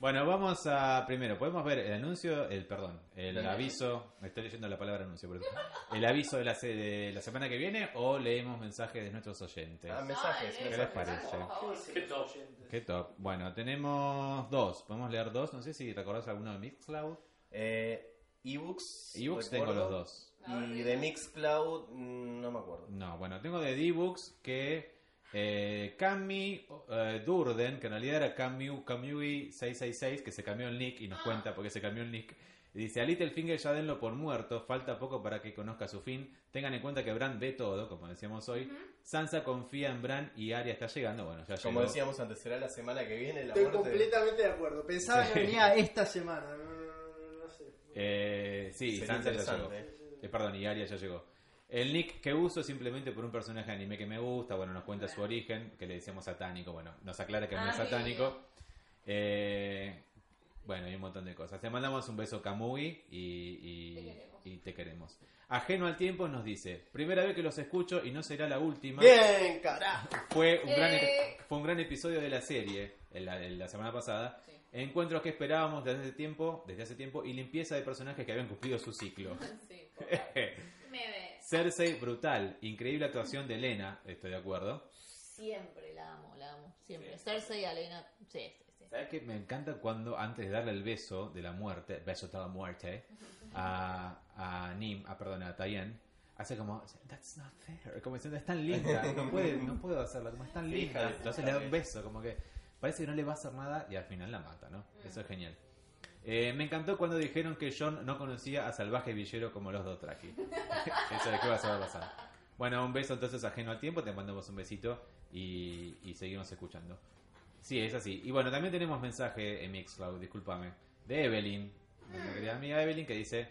Bueno, vamos a. Primero, podemos ver el anuncio, el perdón, el aviso. Me estoy leyendo la palabra anuncio, por eso. El aviso de la, se- de la semana que viene o leemos mensajes de nuestros oyentes.
Ah, mensajes,
Dale,
¿Qué les
mensajes.
parece?
Qué top.
Qué top. Bueno, tenemos dos. Podemos leer dos. No sé si te acordás alguno de Mixcloud.
Eh, ebooks.
Ebooks tengo
recuerdo,
los dos.
Ah,
Y de Mixcloud, mm, no me acuerdo.
No, bueno, tengo de D-Books que eh, Cami eh, Durden, que en realidad era Camu, Camui666, que se cambió el nick y nos cuenta porque se cambió el nick. Y dice, a Littlefinger ya denlo por muerto, falta poco para que conozca su fin. Tengan en cuenta que Bran ve todo, como decíamos hoy. Sansa confía en Bran y Arya está llegando. Bueno, ya
Como
llegó.
decíamos antes, será la semana que viene la
Estoy
muerte.
completamente de acuerdo. Pensaba
Sí.
que venía esta semana. No, no, no sé.
Eh, sí,
Sería
Sansa ya llegó.
interesante.
Eh, perdón, y Arya ya llegó. El nick que uso simplemente por un personaje de anime que me gusta, bueno, nos cuenta su origen, que le decíamos satánico, bueno, nos aclara que no es
Ah, sí.
satánico. Eh, bueno, y un montón de cosas. Te mandamos un beso Kamui y, y-
Te queremos.
y te queremos. Ajeno al tiempo nos dice, primera vez que los escucho y no será la última.
Bien, carajo.
Fue un, gran,
Eh.
fue un gran episodio de la serie en la, en la semana pasada.
Sí.
Encuentros que esperábamos desde hace tiempo, desde hace tiempo y limpieza de personajes que habían cumplido su ciclo.
Sí, por- me ve.
Cersei, brutal. Increíble actuación de Elena, estoy de acuerdo.
Siempre la amo, la amo, siempre. Cersei y Alena, sí, sí, sí.
¿Sabes qué? Me encanta cuando antes de darle el beso de la muerte, beso de la muerte, a, a Nim, a, perdón, a Tayen, hace como, that's not fair. Como diciendo, es tan linda, no, puede, no puedo hacerla, como es tan
Hija
linda.
de
Entonces
puta
le da un
que-
beso, como que parece que no le va a hacer nada y al final la mata, ¿no? Eso es genial. Eh, me encantó cuando dijeron que John no conocía a Salvaje Villero como los dos Traki. Eso es que vas a pasar. Bueno, un beso entonces ajeno al tiempo, te mandamos un besito y, y seguimos escuchando. Sí, es así. Y bueno, también tenemos mensaje en Mixcloud, discúlpame, de Evelyn, nuestra querida amiga Evelyn, que dice,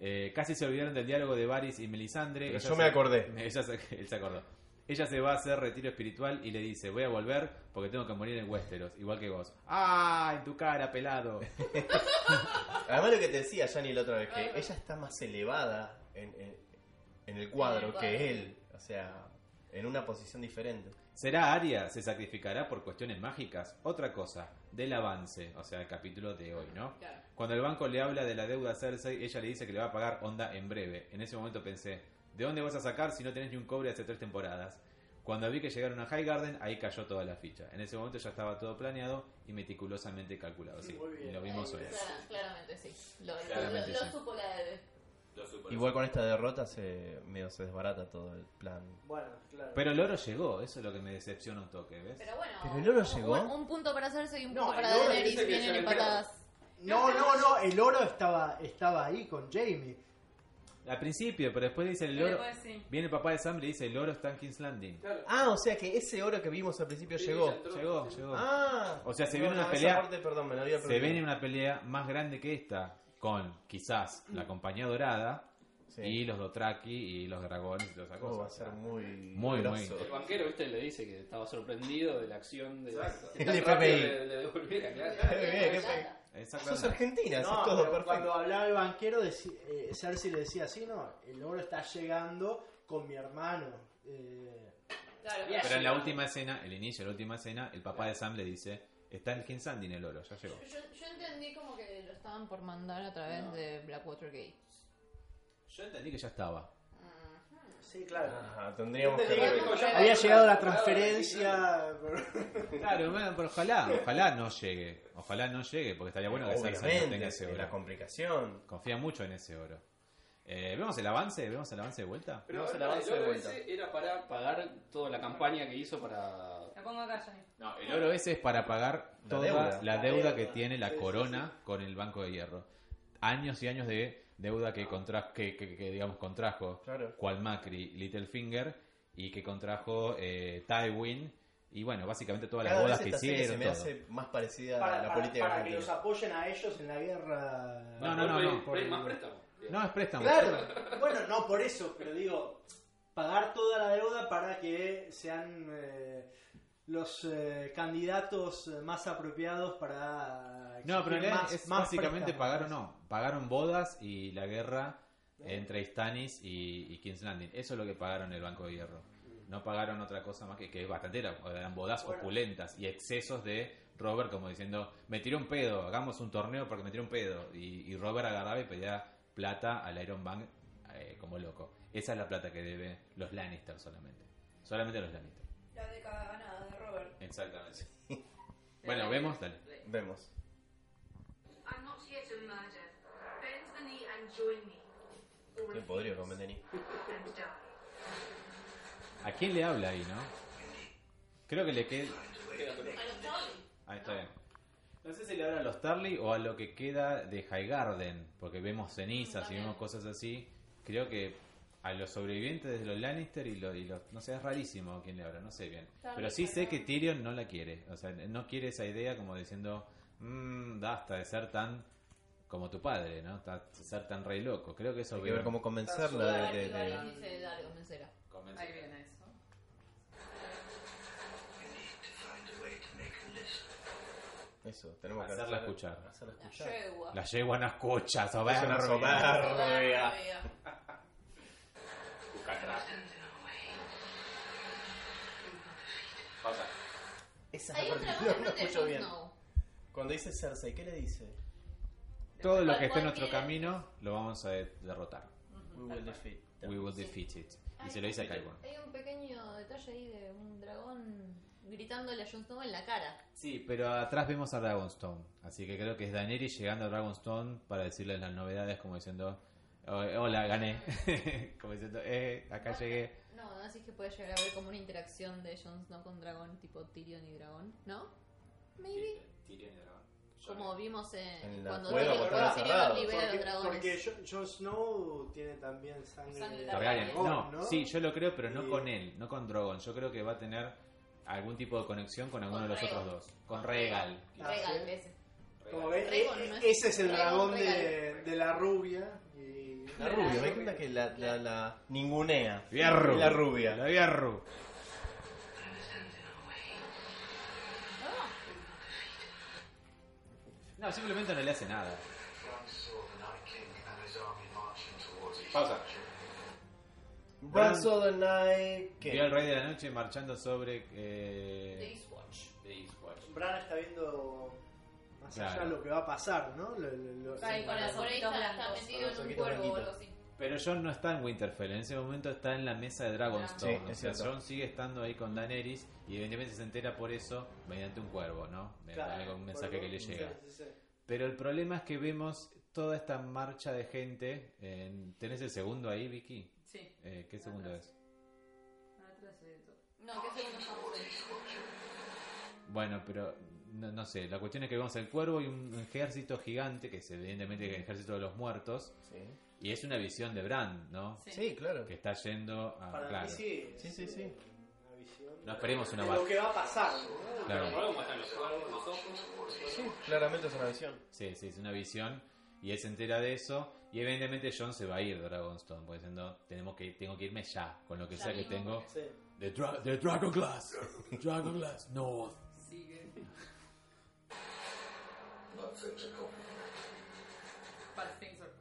eh, casi se olvidaron del diálogo de Varys y Melisandre.
Pero
Ella
yo me
se-
acordé.
Ella se- él se acordó. Ella se va a hacer retiro espiritual y le dice, voy a volver porque tengo que morir en Westeros, igual que vos. ¡Ah! En tu cara, pelado.
Además lo que te decía Jani la otra vez, que ella está más elevada en, en- en el cuadro
cuadro.
que él. O sea, en una posición diferente.
¿Será Aria? ¿Se sacrificará por cuestiones mágicas? Otra cosa, del avance, o sea, el capítulo de hoy, ¿no?
Claro.
Cuando el banco le habla de la deuda a Cersei, ella le dice que le va a pagar onda en breve. En ese momento pensé, ¿de dónde vas a sacar si no tenés ni un cobre hace tres temporadas? Cuando vi que llegaron a High Garden, ahí cayó toda la ficha. En ese momento ya estaba todo planeado y meticulosamente calculado. Sí,
Muy bien.
lo vimos hoy.
Clara- claramente sí. Lo, lo-
Claramente
lo- lo
sí.
supo la de.
Igual con esta derrota se medio se desbarata todo el plan.
Bueno, claro.
Pero el oro llegó, eso es lo que me decepciona un toque, ¿ves?
Pero bueno.
Pero el oro llegó.
Un, un punto para Cersei y un
No,
punto
el
para
oro
Daenerys,
dice que
vienen
yo le creo.
empatadas.
No, no, no. El oro estaba, estaba ahí con Jamie.
Al principio, pero después dice el
Pero
oro...
después pues sí.
Viene el papá de Sam y le dice, el oro está en King's Landing.
Ah, o sea que ese oro que vimos al principio
Sí,
llegó.
ya entró.
Llegó, llegó.
Ah.
O sea, se
No,
viene
no,
una
esa
pelea-
parte, perdón, me la había
Se
perdido.
viene una pelea más grande que esta, con quizás la compañía dorada,
Mm. Sí.
y los Dotraki y los dragones y toda esa
Oh,
cosa.
va a ser muy.
muy,
grosso.
muy.
El banquero, viste, le dice que estaba sorprendido de la acción de.
Exacto.
que tan
El
rápido
FBI.
Le, le devolviera, claro.
Bien, qué fe-
Plata.
Sos argentina,
No,
haces todo
pero
perfecto.
cuando hablaba el banquero, deci- eh, Cersei le decía así, no, el oro está llegando con mi hermano. Eh,
Claro,
Bien.
Pero en la última escena, el inicio de la última escena, el papá de Sam le dice, está el King Sandy en el oro, ya llegó.
Yo, yo entendí como que lo estaban por mandar a través de Blackwater Gate.
Yo entendí que ya estaba.
Mm.
sí, claro.
Ajá, tendríamos
Te digo,
que.
Había llegado la transferencia.
Claro, bueno, pero ojalá, ojalá no llegue. Ojalá no llegue, porque estaría bueno que Cersei no tenga
Obviamente,
ese
es la
oro.
complicación.
Confía mucho en ese oro. Eh, ¿Vemos el avance? ¿Vemos el avance de vuelta?
Pero
No, se la
el
avanza de
oro
vuelta.
ese era para pagar toda la campaña que hizo para.
La pongo acá, Johnny.
No, el oro ese es para pagar
La
toda
deuda.
la
La
deuda
deuda.
que tiene la
Sí, sí,
corona con el Banco de Hierro. Años y años de deuda que, contra que, que- que, digamos contrajo
Claro.
cual Macri, Littlefinger y que contrajo eh, Tywin y bueno, básicamente todas las
Cada
bodas
vez
que
esta serie
hicieron.
se me
todo.
hace más parecida a
Para,
la
para-
política
para que
argentina.
los apoyen a ellos en la guerra.
No, no, no, no.
Pero hay- pero hay más préstamo.
No, es préstamo.
Claro, bueno, no por eso, pero digo, pagar toda la deuda para que sean eh, los eh, candidatos más apropiados para...
No, pero en
exigir
realidad es básicamente
préstamos.
pagaron, no, pagaron bodas y la guerra entre Stannis y, y King's Landing. Eso es lo que pagaron el Banco de Hierro. No pagaron otra cosa más que, que es bastante, era- eran bodas
Mm. Bueno.
opulentas y excesos de Robert como diciendo, me tiró un pedo, hagamos un torneo porque me tiró un pedo. Y, y Robert agarraba y pedía plata al Iron Bank eh, como loco. Esa es la plata que debe los Lannister solamente. Solamente los Lannister.
La década ganada de Robert.
Exactamente. bueno, vemos, dale.
Vemos.
I'm not here to murder. Bend the knee and join me. Or
Qué podrido con Bendeni.
and die.
¿A quién le habla ahí, no? Creo que le queda...
A los Tarly.
Ahí está bien. No sé si le habla a los Tarly o a lo que queda de High Garden, porque vemos cenizas y
También.
vemos cosas así. Creo que a los sobrevivientes de los Lannister y, lo- y los... No sé, es rarísimo a quién le habla, no sé bien.
Tarly,
Pero sí sé
Targaryen.
que Tyrion no la quiere. O sea, no quiere esa idea como diciendo, mmm, basta de ser tan como tu padre, ¿no? Ta- Ser tan rey loco. Creo que eso...
Hay que ver cómo convencerla de, de- de-
Ibarri dice, dale, convencera.
Convence.
Ahí viene eso.
Eso, tenemos que
Hacerla
hacer-
escuchar.
hacerla
La
escuchar.
yegua.
La yegua no escucha,
Es una
soberbia.
soberbia. Esa es
Hay
la
un
parte que
dragón enfrente
no- no
de
escucho
Jon
bien.
Snow.
Cuando dice Cersei, ¿qué le dice?
Todo lo que
Cual
esté en nuestro
cualquiera.
camino lo vamos a de- derrotar.
We will defeat. them.
We will defeat it. Y se lo dice a Kyburn.
Hay un pequeño detalle ahí de un dragón gritándole a Jon Snow en la cara.
Sí, pero atrás vemos a Dragonstone. Así que creo que es Daenerys llegando a Dragonstone para decirles las novedades, como diciendo: "Oh, eh, Hola, gané. como diciendo: Eh, acá llegué.
No, así que puede llegar a haber como una interacción de Jon Snow con dragón, tipo Tyrion y dragón, ¿no? Maybe. Como vimos en,
En la
cuando
cueva
Tyrion,
con los
Tyrion
cerrados.
libera a los
Porque,
dragones.
porque Jo- Jon Snow tiene también sangre,
Sangre
de
Targaryen.
dragón,
No, sí, yo lo creo, pero no
Y-
con él, no con Drogon. Yo creo que va a tener algún tipo de conexión con alguno
Con
de los
Rhaegal.
otros dos. Con Regal.
Ah,
Regal,
sí.
ese.
Como ves,
Rhaegon,
eh,
no es-
ese es el
Rhaegon,
dragón de,
Rhaegal.
de la rubia. Y...
La rubia, me encanta que la, la, la ningunea.
Fierro.
La rubia.
La Bierru. No, simplemente no le hace nada.
Pausa.
Runs of the Night.
Vio al
que-
rey de la noche marchando sobre.
The
Eh...
Eastwatch.
Bran está viendo más allá
Claro.
lo que va a pasar, ¿no? Lo- lo- lo-
Ahí con
Con
la
los
foresta
ojitos
está
blancos.
metido
Con
en
los
un
ojitos
cuervo o
blanquitos.
algo así.
Pero John no está en Winterfell, en ese momento está en la mesa de Dragonstone.
Sí,
o
es
sea,
cierto.
John sigue estando ahí con Daenerys y evidentemente se entera por eso mediante un cuervo, ¿no? Mediante
Claro,
algún mensaje
por-
que le
sí,
llega.
sí, sí.
Pero el problema es que vemos toda esta marcha de gente. en- ¿Tenés el segundo ahí, Vicky?
Sí.
Eh, ¿Qué segundo es?
Atrás de todo.
No, que segundo son
Bueno, pero no, no sé, la cuestión es que vemos el cuervo y un ejército gigante, que es evidentemente el ejército de los muertos,
Sí.
y es una visión de Bran, ¿no?
Sí.
Sí, claro.
Que está yendo a...
Para
Ah, claro.
mí sí.
Sí, sí, sí.
Una visión
No esperemos una
de
batalla.
lo que va a pasar, ¿no?
Claro.
Luego muestran los ojos, los ojos.
Sí, claramente es una visión.
Sí, sí, es una visión. Y él se entera de eso. Y Y evidentemente John se va a ir de Dragonstone, pues diciendo, tenemos que, tengo que irme ya, con lo que
Ya
sea que
mismo.
tengo.
Sí.
De,
Dra- the Dragon Glass. Dragon Glass North.
Sigue.
But things are coming.
But things are-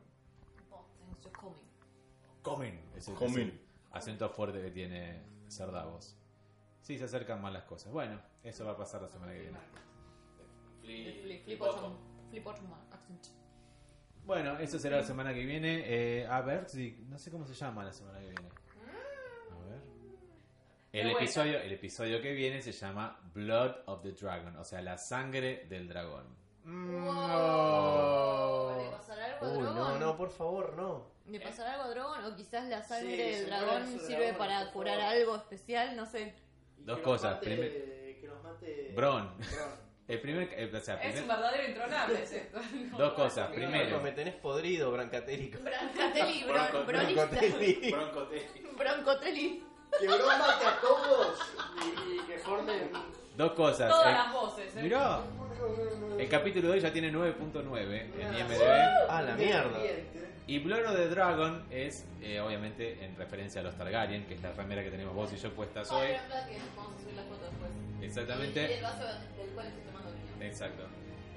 Things are coming.
Comin. Es el,
Comin.
es el acento fuerte que tiene Cerdavos. Sí, se acercan más las cosas. Bueno, eso va a pasar la semana que viene.
Flip, flip flip accent.
Bueno, eso será la semana que viene. Eh, a ver, si, no sé cómo se llama la semana que viene. A ver. El
Mm. De vuelta.
episodio, el episodio que viene se llama Blood of the Dragon, o sea, la sangre del dragón.
Wow. ¿Le pasará algo a
Uy,
Drogon?
no, no, por favor, no.
¿Le pasará algo a Drogon? ¿O quizás la sangre
Sí,
del
se
dragón
muere su
sirve
dragón,
para
por
curar
favor.
algo especial? No sé.
Y
Dos
que nos
cosas,
mate-
primer-
Que nos mate.
Bron.
Bron.
El primer, eh, o sea,
Es
primer-
un verdadero intronable es esto. No.
dos cosas.
Marco,
Primero,
me tenés podrido, brancatérico.
Brancatelli, bron,
Bronco-
bronista.
Broncotelli.
Broncotelli.
Que Bron mate a todos y, y que formen.
dos cosas.
Todas
El-
las voces, ¿eh?
mirá, el capítulo de hoy ya tiene 9.9 en IMDb.
Ah, la mierda.
Y Blood of the Dragon es, eh, obviamente, en referencia a los Targaryen, que es la remera que tenemos vos y yo puestas
Ah,
hoy.
era verdad que vamos a subir la foto
pues.
después. Y
Exactamente.
el vaso del cual estoy tomando vino.
Exacto.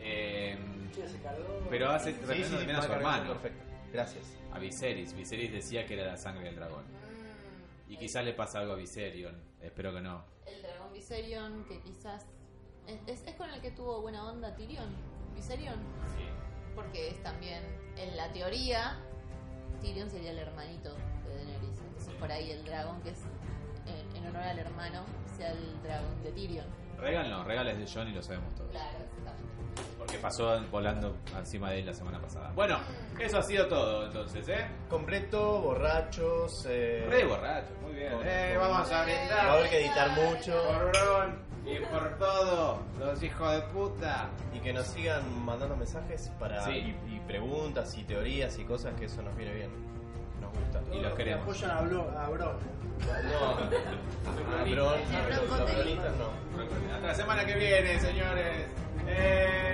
Em,
¿Quién se cargó?
Pero hace
Sí,
referencia
sí,
también a su
Marco,
hermano,
Perfecto. Gracias.
a Viserys. Viserys decía que era la sangre del dragón.
Mm.
Y quizás le pasa algo a Viserion, espero que no.
El dragón
Con Viserion, que quizás. ¿Es, es, es con el que tuvo buena onda Tyrion? ¿Viserion? Porque es también. En la teoría, Tyrion sería el hermanito de Daenerys. Entonces, por ahí el dragón que es. eh, En, en honor al hermano, sea el dragón de Tyrion.
Regal no, Regal es de John y lo sabemos todos.
Claro, exactamente.
Porque pasó volando encima de él la semana pasada. Bueno, eso ha sido todo entonces, ¿eh?
Completo, borrachos. Eh,
Re borracho, muy bien.
Con-
Eh,
con-
vamos a
va a haber
brindar
que editar mucho.
por Bron y por todo, los hijos de puta.
Y que nos sigan mandando mensajes para
Sí.
y, y preguntas y teorías y cosas que eso nos viene bien. Nos gusta.
Y los
Que
queremos.
apoyan a, Bron, a Bron. eh.
No, a Bron,
Bron
los
Cotelli.
cronistas no.
Hasta la semana que viene, señores. Eh...